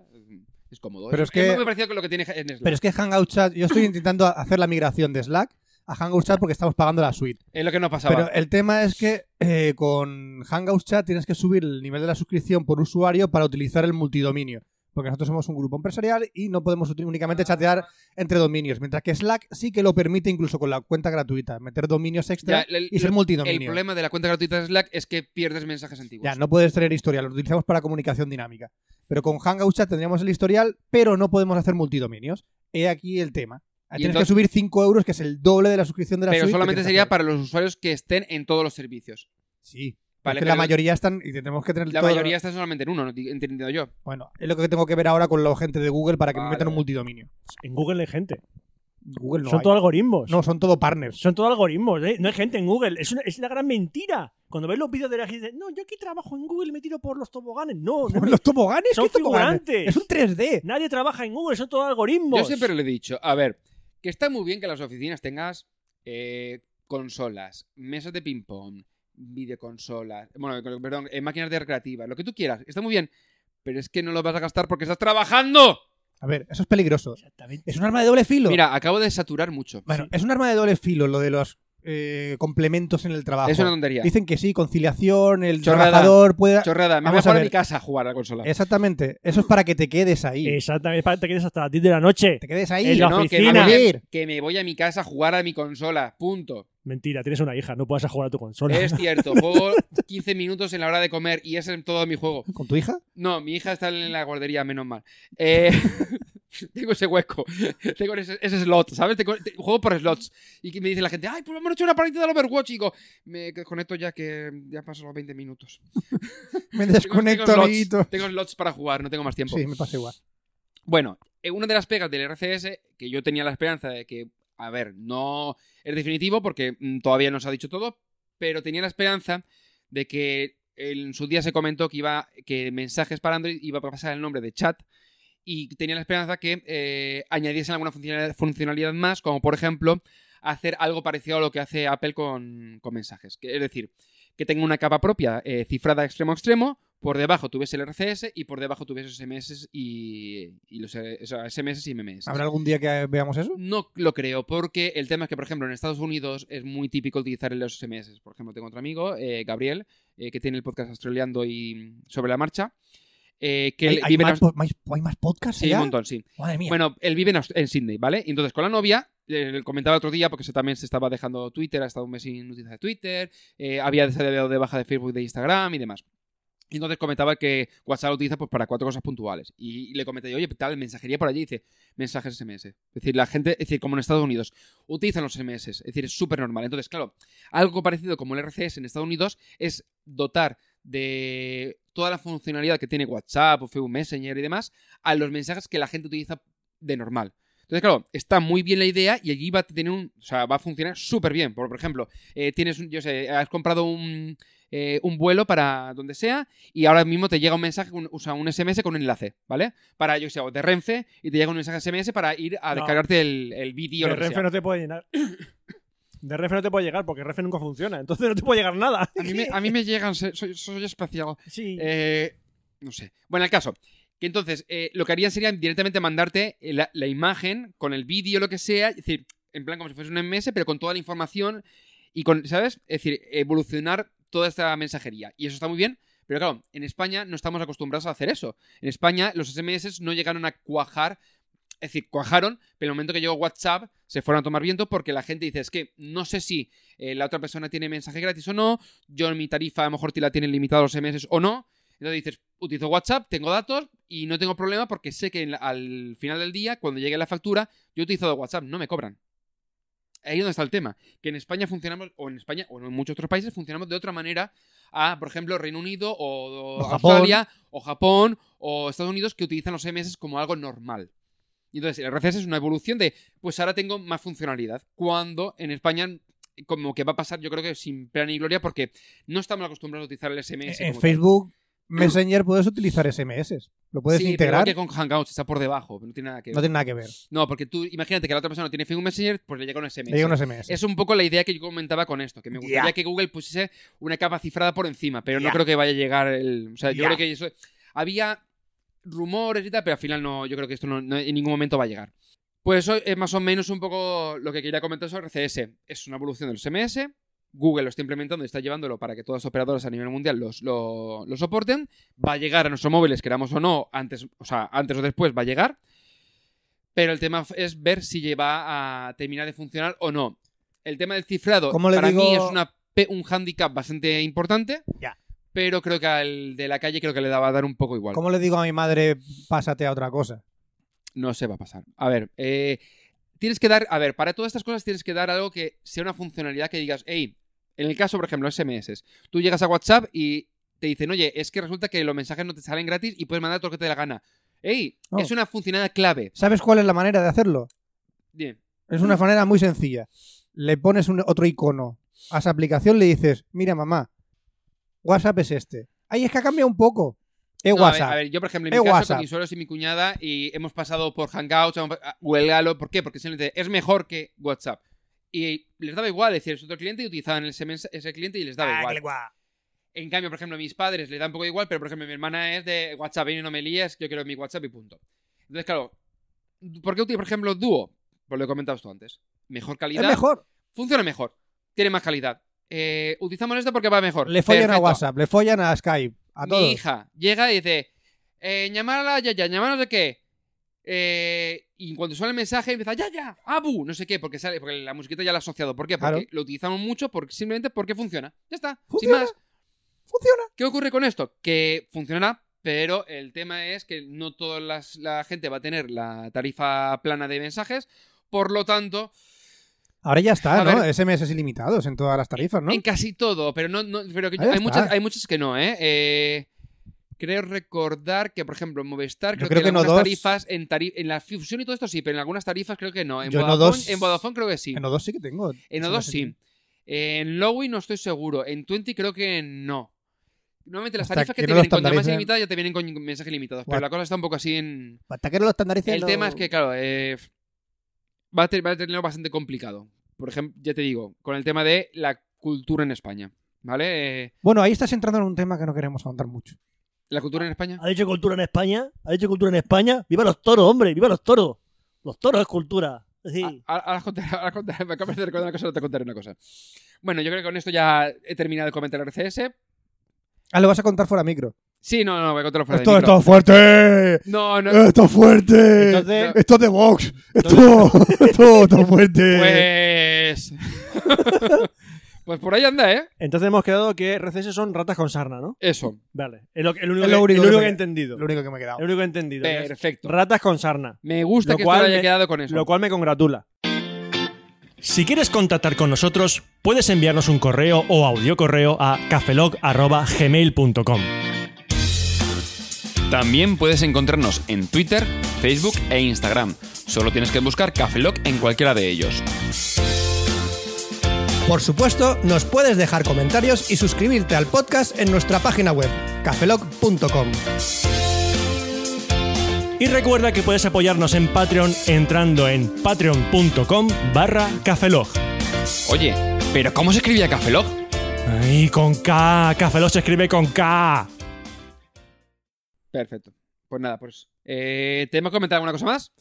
Speaker 1: Es cómodo.
Speaker 2: Pero es que-
Speaker 1: muy parecido con lo que tiene en Slack.
Speaker 2: Pero es que Hangout Chat, yo estoy intentando hacer la migración de Slack a Hangout Chat porque estamos pagando la suite.
Speaker 1: Es lo que nos pasaba.
Speaker 2: Pero el tema es que eh, con Hangout Chat tienes que subir el nivel de la suscripción por usuario para utilizar el multidominio. Porque nosotros somos un grupo empresarial y no podemos uti-
Speaker 1: Ah.
Speaker 2: únicamente chatear entre dominios. Mientras que Slack sí que lo permite incluso con la cuenta gratuita, meter dominios extra
Speaker 1: Ya, el-
Speaker 2: y ser
Speaker 1: el el
Speaker 2: multidominio.
Speaker 1: problema de la cuenta gratuita de Slack es que pierdes mensajes antiguos.
Speaker 2: Ya, no puedes tener historial, lo utilizamos para comunicación dinámica. Pero con Hangout Chat tendríamos el historial, pero no podemos hacer multidominios. He aquí el tema.
Speaker 1: Y
Speaker 2: Ahí Tienes que
Speaker 1: entonces-
Speaker 2: subir 5 euros, que es el doble de la suscripción de la
Speaker 1: Pero
Speaker 2: suite que
Speaker 1: solamente
Speaker 2: tienes que
Speaker 1: sería
Speaker 2: hacer.
Speaker 1: para los usuarios que estén en todos los servicios.
Speaker 2: Sí.
Speaker 1: Vale,
Speaker 2: Porque la
Speaker 1: pero
Speaker 2: mayoría están y tenemos que tener
Speaker 1: la
Speaker 2: todo-
Speaker 1: mayoría está solamente en uno, no Di- entiendo yo.
Speaker 2: Bueno, es lo que tengo que ver ahora con la gente de Google para que me
Speaker 1: Vale,
Speaker 2: metan un
Speaker 1: vale.
Speaker 2: multidominio.
Speaker 3: En Google hay gente.
Speaker 1: (laughs)
Speaker 2: Google no
Speaker 3: Son
Speaker 2: hay.
Speaker 3: todo algoritmos.
Speaker 2: No, son todo (laughs) partners.
Speaker 3: Son todo algoritmos, ¿eh? no hay gente en Google. Es una, es una gran mentira. Cuando ves los vídeos de la gente, dices, no, yo aquí trabajo en Google y me tiro por los toboganes.
Speaker 1: (laughs)
Speaker 3: No, no,
Speaker 2: Los toboganes,
Speaker 3: son
Speaker 2: ¿qué toboganes?
Speaker 3: figurantes.
Speaker 2: Es un 3D.
Speaker 3: Nadie trabaja en Google, son todos algoritmos.
Speaker 1: Yo siempre le he dicho, a ver, que está muy bien que en las oficinas tengas eh, consolas, mesas de ping-pong, videoconsolas, bueno, con- perdón, eh, máquinas de recreativa, lo que tú quieras, está muy bien, pero es que no lo vas a gastar porque estás trabajando.
Speaker 2: A ver, eso es peligroso.
Speaker 3: Exactamente.
Speaker 2: Es un arma de doble filo.
Speaker 1: Mira, acabo de saturar mucho.
Speaker 2: bueno, es un arma de doble filo lo de los eh, complementos en el trabajo.
Speaker 1: Es una tontería.
Speaker 2: Dicen que sí, conciliación, el
Speaker 1: Chorrada.
Speaker 2: trabajador puede...
Speaker 1: Chorrada, me voy
Speaker 2: Vamos
Speaker 1: a
Speaker 2: a
Speaker 1: jugar a
Speaker 2: ver.
Speaker 1: mi casa a jugar a la consola.
Speaker 2: Exactamente. Eso es para que te quedes ahí.
Speaker 3: Exactamente, para que te quedes hasta las 10 de la noche.
Speaker 2: Te quedes
Speaker 1: Que
Speaker 2: ahí.
Speaker 3: en la
Speaker 1: no, que
Speaker 3: oficina.
Speaker 1: me voy a-
Speaker 2: Ir.
Speaker 1: que me voy a mi casa a jugar a mi consola, punto.
Speaker 3: Mentira, tienes una hija, no puedes jugar a tu consola.
Speaker 1: Es cierto, juego 15 minutos en la hora de comer y ese es todo mi juego.
Speaker 2: ¿Con
Speaker 1: (laughs)
Speaker 2: tu hija?
Speaker 1: No, mi hija está en la guardería, menos mal. Eh, (laughs) tengo ese hueco, (laughs) tengo ese, ese slot, ¿sabes? Tengo- te- juego por slots. Y que me dice la gente, ay, pues vamos a echar una partida de Overwatch. Y digo, me desconecto ya que ya pasan los 20 minutos.
Speaker 2: Me
Speaker 1: Tengo-
Speaker 2: desconecto,
Speaker 1: tengo,
Speaker 2: amiguito.
Speaker 1: slots, tengo slots para jugar, no tengo más tiempo.
Speaker 2: Sí, me pasa igual.
Speaker 1: Bueno, eh, una de las pegas del RCS, que yo tenía la esperanza de que, a ver, no es definitivo porque mm, todavía no se ha dicho todo, pero tenía la esperanza de que en su día se comentó que iba que mensajes para Android iba a pasar el nombre de chat y tenía la esperanza que eh, añadiesen alguna funcionalidad, funcionalidad más, como por ejemplo hacer algo parecido a lo que hace Apple con, con mensajes. Que- es decir, que tenga una capa propia eh, cifrada extremo a extremo, por debajo tuviese el RCS y por debajo tuviese SMS y, y los eh, o sea, SMS y MMS.
Speaker 2: ¿Habrá algún día que veamos eso?
Speaker 1: No lo creo, porque el tema es que, por ejemplo, en Estados Unidos es muy típico utilizar los SMS. Por ejemplo, tengo otro amigo, eh, Gabriel, eh, que tiene el podcast Australiando y mm, sobre la marcha. eh, que
Speaker 2: ¿Hay,
Speaker 1: él
Speaker 2: hay
Speaker 1: vive en
Speaker 2: más,
Speaker 1: Aus-
Speaker 2: po- más- hay más podcasts
Speaker 1: Sí,
Speaker 2: ya?
Speaker 1: un montón, sí.
Speaker 2: Madre mía.
Speaker 1: Bueno, él vive en, Aus- en Sydney, ¿vale? Y Entonces, con la novia, eh, le comentaba otro día, porque se, también se estaba dejando Twitter, ha estado un mes sin utilizar Twitter, eh, había se había dado de baja de Facebook, de Instagram y demás. Y entonces comentaba que WhatsApp lo utiliza pues, para cuatro cosas puntuales. Y, y le comenté yo, oye, tal, mensajería por allí, y dice, mensajes SMS. Es decir, la gente, es decir, como en Estados Unidos, utilizan los SMS, es decir, es súper normal. Entonces, claro, algo parecido como el RCS en Estados Unidos es dotar de toda la funcionalidad que tiene WhatsApp o Facebook Messenger y demás a los mensajes que la gente utiliza de normal. Entonces, claro, está muy bien la idea y allí va a tener un. O sea, va a funcionar súper bien. Por, por ejemplo, eh, tienes un. Yo sé, has comprado un, eh, un vuelo para donde sea y ahora mismo te llega un mensaje, un, o sea, un SMS con un enlace, ¿vale? Para, yo sé, o de Renfe y te llega un mensaje SMS para ir a
Speaker 3: No.
Speaker 1: descargarte el, el vídeo. o
Speaker 3: (laughs)
Speaker 1: lo
Speaker 3: de
Speaker 1: que sea.
Speaker 3: Renfe no te puede llenar. (coughs) De Renfe no te puede llegar porque Renfe nunca funciona. Entonces no te puede llegar nada.
Speaker 1: A mí, me, a mí me llegan, se- soy, soy espacial.
Speaker 3: (laughs) Sí.
Speaker 1: Eh, no sé. Bueno, el caso. Que entonces, eh, lo que harían sería directamente mandarte eh, la, la imagen con el vídeo, lo que sea. Es decir, en plan como si fuese un MS, pero con toda la información y con, ¿sabes? Es decir, evolucionar toda esta mensajería. Y eso está muy bien. Pero claro, en España no estamos acostumbrados a hacer eso. En España los SMS no llegaron a cuajar. Es decir, cuajaron, pero en el momento que llegó WhatsApp se fueron a tomar viento porque la gente dice, es que no sé si eh, la otra persona tiene mensaje gratis o no, yo en mi tarifa a lo mejor te la tienen limitada los SMS o no, entonces dices, utilizo WhatsApp, tengo datos y no tengo problema porque sé que en la- al final del día, cuando llegue la factura, yo he utilizado WhatsApp, no me cobran. Ahí es donde está el tema. Que en España funcionamos, o en España, o en muchos otros países, funcionamos de otra manera a, por ejemplo, Reino Unido, o,
Speaker 2: O Japón.
Speaker 1: Australia, o Japón, o Estados Unidos, que utilizan los SMS como algo normal. Y entonces el RCS es una evolución de, pues ahora tengo más funcionalidad. Cuando en España, como que va a pasar, yo creo que sin plan ni gloria, porque no estamos acostumbrados a utilizar el
Speaker 2: En-
Speaker 1: SMS.
Speaker 2: Eh, en
Speaker 1: como tal.
Speaker 2: Facebook Messenger puedes utilizar SMS. Lo puedes
Speaker 1: Sí, pero
Speaker 2: integrar.
Speaker 1: igual que con Hangouts está por debajo, no tiene nada que ver.
Speaker 2: No tiene nada que ver.
Speaker 1: No, porque tú, imagínate que la otra persona tiene Facebook Messenger, pues le llega un SMS.
Speaker 2: Le llega un SMS.
Speaker 1: Es un poco la idea que yo comentaba con esto, que me gustaría
Speaker 4: Ya.
Speaker 1: que Google pusiese una capa cifrada por encima, pero no
Speaker 4: Ya.
Speaker 1: creo que vaya a llegar el. O sea, yo
Speaker 4: Ya.
Speaker 1: creo que eso. Había rumores y tal, pero al final no, yo creo que esto no, no- en ningún momento va a llegar. Pues eso es más o menos un poco lo que quería comentar sobre RCS. Es una evolución de los MS. Google lo está implementando y está llevándolo para que todos los operadores a nivel mundial los, lo, lo soporten. Va a llegar a nuestros móviles, queramos o no, antes, o sea, antes o después va a llegar. Pero el tema es ver si lleva a terminar de funcionar o no. El tema del cifrado
Speaker 2: ¿Cómo le
Speaker 1: para
Speaker 2: digo?
Speaker 1: mí es una pe- un handicap bastante importante.
Speaker 4: Ya.
Speaker 1: Pero creo que al de la calle creo que le va a dar un poco igual.
Speaker 2: ¿Cómo le digo a mi madre, pásate a otra cosa?
Speaker 1: No se va a pasar. A ver, eh, tienes que dar. A ver, para todas estas cosas tienes que dar algo que sea una funcionalidad que digas, hey, en el caso, por ejemplo, SMS, tú llegas a WhatsApp y te dicen, oye, es que resulta que los mensajes no te salen gratis y puedes mandar todo lo que te dé la gana. Hey,
Speaker 2: Oh.
Speaker 1: es una funcionalidad clave.
Speaker 2: ¿Sabes cuál es la manera de hacerlo?
Speaker 1: Bien.
Speaker 2: Es una manera muy sencilla. Le pones un- otro icono a esa aplicación, le dices, mira mamá, WhatsApp es este. Ay, es que ha cambiado un poco. Es
Speaker 1: No, a ver,
Speaker 2: E WhatsApp.
Speaker 1: A ver, yo, por ejemplo, en mi
Speaker 2: Es
Speaker 1: caso,
Speaker 2: WhatsApp.
Speaker 1: con mis suegros y mi cuñada, y hemos pasado por Hangouts, hemos pa- ah, huélgalo. ¿Por qué? Porque simplemente es mejor que WhatsApp. Y les daba igual, es decir, es otro cliente y utilizaban el SMS ese cliente y les
Speaker 2: Ah,
Speaker 1: daba igual. En cambio, por ejemplo, a mis padres le da un poco igual, pero por ejemplo, mi hermana es de WhatsApp, y no me líes, yo quiero mi WhatsApp y punto. Entonces, claro, ¿por qué utilizo, por ejemplo, Duo? Pues lo he comentado tú antes. Mejor
Speaker 2: es
Speaker 1: calidad.
Speaker 2: mejor.
Speaker 1: Funciona mejor. Tiene más calidad. Eh, utilizamos esto porque va mejor.
Speaker 2: Le follan a
Speaker 1: Perfecto.
Speaker 2: WhatsApp, le follan a Skype, a
Speaker 1: Mi
Speaker 2: todos.
Speaker 1: hija llega y dice: eh, llamar a la Yaya, llamar a no sé qué. Eh, y cuando suena el mensaje empieza Yaya, Abu, no sé qué, porque sale, porque la musiquita ya la ha asociado. ¿Por qué? Porque
Speaker 2: Claro.
Speaker 1: lo utilizamos mucho, porque, simplemente porque funciona. Ya está,
Speaker 2: Funciona.
Speaker 1: sin más.
Speaker 2: Funciona.
Speaker 1: ¿Qué ocurre con esto? Que funcionará, pero el tema es que no toda las- la gente va a tener la tarifa plana de mensajes. Por lo tanto,
Speaker 2: Ahora ya está,
Speaker 1: A
Speaker 2: ¿no?
Speaker 1: ver.
Speaker 2: SMS ilimitados en todas las tarifas, ¿no?
Speaker 1: en casi todo, pero no, no- pero que yo-
Speaker 2: Ahí
Speaker 1: hay,
Speaker 2: está.
Speaker 1: muchas, hay muchas que no, ¿eh? Eh, creo recordar que, por ejemplo, en Movistar,
Speaker 2: Yo
Speaker 1: creo,
Speaker 2: creo
Speaker 1: que, en
Speaker 2: que no
Speaker 1: algunas
Speaker 2: dos.
Speaker 1: tarifas, en, tari- en la fusión y todo esto sí, pero en algunas tarifas creo que no. En,
Speaker 2: Yo no
Speaker 1: Vodafone,
Speaker 2: dos.
Speaker 1: en Vodafone creo que sí.
Speaker 2: En O2 sí que tengo.
Speaker 1: En O2 sí. En Lowy no estoy seguro. En Twenty creo que no. Normalmente las
Speaker 2: Hasta
Speaker 1: tarifas
Speaker 2: que
Speaker 1: que, te
Speaker 2: no lo
Speaker 1: vienen con llamadas
Speaker 2: estandaricen.
Speaker 1: ilimitadas ya te vienen con mensajes ilimitados.
Speaker 2: Guau.
Speaker 1: Pero la cosa está un poco así en.
Speaker 2: Hasta que no lo estandaricen.
Speaker 1: El
Speaker 2: no-
Speaker 1: tema es que, claro, eh, va, a ter- va a tenerlo bastante complicado. Por ejemplo, ya te digo, con el tema de la cultura en España. ¿Vale? Eh,
Speaker 2: Bueno, ahí estás entrando en un tema que no queremos ahondar mucho.
Speaker 1: la cultura en España.
Speaker 3: Ah,
Speaker 5: ¿Ha dicho cultura en España? ¿Ha dicho cultura en España? ¡Viva los toros, hombre! ¡Viva los toros! Los toros es cultura. Es decir,
Speaker 1: A- Ah, Ahora os contaré- ahora os contaré- me acabas de recordar una cosa, ahora te contaré una cosa. Bueno, yo creo que con esto ya he terminado de comentar el RCS.
Speaker 2: Ah, lo vas a contar fuera micro.
Speaker 1: Sí, no, no, voy a contarlo fuera de
Speaker 2: Esto
Speaker 1: micro.
Speaker 2: está fuerte.
Speaker 1: No, no,
Speaker 2: Esto es fuerte.
Speaker 1: Entonces-
Speaker 2: esto es de Vox. Esto, esto está fuerte.
Speaker 3: este
Speaker 1: pues... pues (laughs) por ahí anda, ¿eh?
Speaker 3: Entonces hemos quedado que RCS son ratas con sarna, ¿no?
Speaker 1: Eso.
Speaker 3: Vale. Es lo, el único,
Speaker 2: Es lo
Speaker 3: que-
Speaker 2: único
Speaker 3: el único
Speaker 2: que-
Speaker 3: que he entendido.
Speaker 2: Lo único que me ha quedado.
Speaker 3: El único que he entendido. que es
Speaker 1: Perfecto.
Speaker 3: Ratas con sarna.
Speaker 1: Me gusta
Speaker 3: Lo
Speaker 1: que
Speaker 3: cual
Speaker 1: esto haya
Speaker 3: me-
Speaker 1: quedado con eso.
Speaker 3: lo cual me congratula. Si quieres contactar con nosotros, puedes enviarnos un correo o audio correo a cafelog.gmail.com.
Speaker 6: También puedes encontrarnos en Twitter, Facebook e Instagram. Solo tienes que buscar Cafeloc en cualquiera de ellos.
Speaker 2: Por supuesto, nos puedes dejar comentarios y suscribirte al podcast en nuestra página web, cafelog.com.
Speaker 3: Y recuerda que puedes apoyarnos en Patreon entrando en patreon.com barra cafelog.
Speaker 6: Oye, ¿pero cómo se escribía Cafeloc?
Speaker 3: Y con K, cafelog se escribe con K.
Speaker 1: Perfecto. Pues nada, pues... Eh, ¿Te hemos comentado alguna cosa más?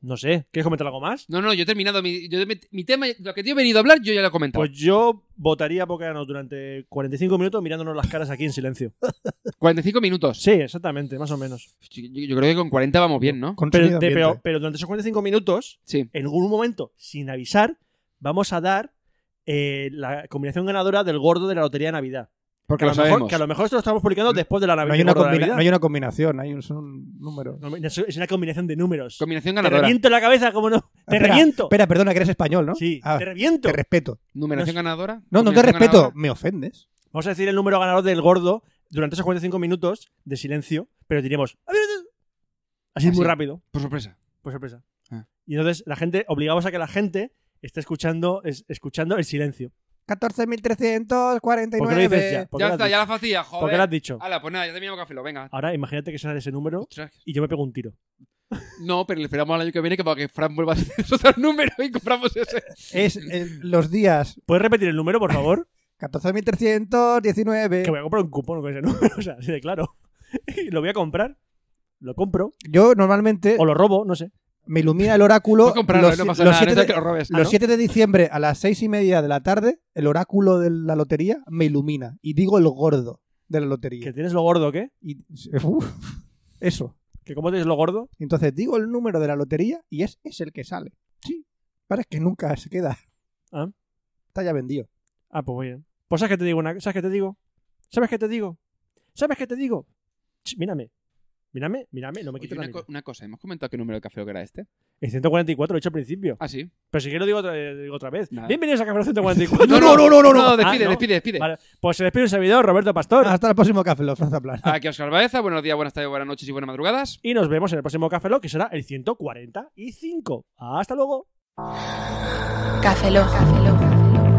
Speaker 3: No sé, ¿quieres comentar algo más?
Speaker 1: No, no, yo he terminado mi, yo- mi- mi tema, lo que te he venido a hablar, yo ya lo he comentado.
Speaker 3: Pues yo votaría Pokémonos durante 45 minutos mirándonos las caras aquí en silencio.
Speaker 1: 45 minutos.
Speaker 3: Sí, exactamente, más o menos.
Speaker 1: Yo, yo creo que con 40 vamos bien, ¿no?
Speaker 3: Pero, de- pero- pero durante esos 45 minutos,
Speaker 1: Sí.
Speaker 3: en algún momento, sin avisar, vamos a dar eh, la combinación ganadora del gordo de la lotería de Navidad.
Speaker 1: Porque
Speaker 3: que, a
Speaker 1: lo
Speaker 3: lo mejor,
Speaker 1: sabemos.
Speaker 3: que a lo mejor esto lo estamos publicando después de la Navidad.
Speaker 2: no, hay una
Speaker 3: gordo de la
Speaker 2: combina- no
Speaker 3: Navidad.
Speaker 2: hay una combinación, hay un, son números.
Speaker 3: No, mira, Es una combinación de números.
Speaker 1: Combinación
Speaker 3: Te
Speaker 1: ganadora.
Speaker 3: reviento la cabeza, como no. Te
Speaker 2: Espera,
Speaker 3: reviento.
Speaker 2: Espera, perdona, que eres español, ¿no?
Speaker 3: Sí,
Speaker 2: Ah,
Speaker 3: te reviento.
Speaker 2: te respeto.
Speaker 1: Numeración
Speaker 3: No
Speaker 1: ganadora.
Speaker 2: No, no te
Speaker 1: combinación
Speaker 2: respeto,
Speaker 1: ganadora.
Speaker 2: me ofendes.
Speaker 3: Vamos a decir el número ganador del gordo durante esos 45 minutos de silencio, pero diremos. "A ver, a ver". Así
Speaker 1: Así.
Speaker 3: muy rápido,
Speaker 1: Por sorpresa.
Speaker 3: por sorpresa.
Speaker 1: Ah.
Speaker 3: Y entonces la gente, obligamos a que la gente esté escuchando, es- escuchando el silencio. ¿Por qué lo
Speaker 2: 14.349.
Speaker 3: dices ya? ¿Por qué
Speaker 1: Ya
Speaker 3: lo has
Speaker 1: está,
Speaker 3: dicho?
Speaker 1: ya la fastidia, joder.
Speaker 3: ¿Por qué lo has dicho?
Speaker 1: Hala, pues nada, ya terminamos café, lo venga.
Speaker 3: Ahora imagínate que sale ese número
Speaker 1: Ostras.
Speaker 3: y yo me pego un tiro.
Speaker 1: No, pero le esperamos al año que viene que para que Fran vuelva a hacer (laughs) otro número y compramos ese.
Speaker 2: Es el- los días
Speaker 3: ¿Puedes repetir el número, por favor? que
Speaker 2: 14.319.
Speaker 3: voy a comprar un cupón con ese número, (laughs) o sea, así de claro. Y lo voy a comprar, lo compro,
Speaker 2: Yo normalmente
Speaker 3: o lo robo, no sé.
Speaker 2: me ilumina el
Speaker 1: Voy
Speaker 2: oráculo.
Speaker 1: a comprarlo, eh,
Speaker 2: los,
Speaker 1: no pasa
Speaker 2: los
Speaker 1: nada, no
Speaker 2: siete
Speaker 1: te
Speaker 2: de-
Speaker 1: que lo robes. Ah,
Speaker 2: Los
Speaker 1: ¿no?
Speaker 2: 7 de diciembre a las 6 y media de la tarde, el oráculo de la lotería me ilumina y digo el gordo de la
Speaker 3: Que
Speaker 2: lotería.
Speaker 3: tienes lo gordo, ¿qué?
Speaker 2: Y, (laughs) uf, eso.
Speaker 3: Que cómo tienes lo gordo.
Speaker 2: Entonces digo el número de la lotería y es, es el que sale. Sí. Para que nunca se queda.
Speaker 3: Ah.
Speaker 2: Está ya vendido.
Speaker 3: Ah, pues muy bien. Pues sabes que te digo una, sabes que te digo. ¿Sabes qué te digo? ¿Sabes qué te digo? Ch, mírame. Mírame, mírame, no me
Speaker 1: Oye,
Speaker 3: quites la
Speaker 1: una, co-
Speaker 3: mira.
Speaker 1: una cosa, hemos comentado qué número de café que era este.
Speaker 3: El 144 lo he hecho al principio.
Speaker 1: Ah, sí.
Speaker 3: Pero si quiero digo otra, eh, digo otra vez.
Speaker 1: Nada.
Speaker 3: Bienvenidos
Speaker 1: (laughs)
Speaker 3: a Café 144.
Speaker 1: no, no.
Speaker 3: Ah,
Speaker 1: despide,
Speaker 3: no.
Speaker 1: despide, despide.
Speaker 3: Vale, pues se despide un servidor, Roberto Pastor.
Speaker 1: Ah.
Speaker 2: Hasta el próximo café, los Franza Plana.
Speaker 1: Aquí Oscar Baeza, buenos días, buenas tardes, buenas noches y buenas madrugadas.
Speaker 3: Y nos vemos en el próximo Café Lock, que será el 145. Hasta luego.
Speaker 7: Café Lock.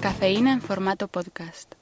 Speaker 7: Cafeína en formato podcast.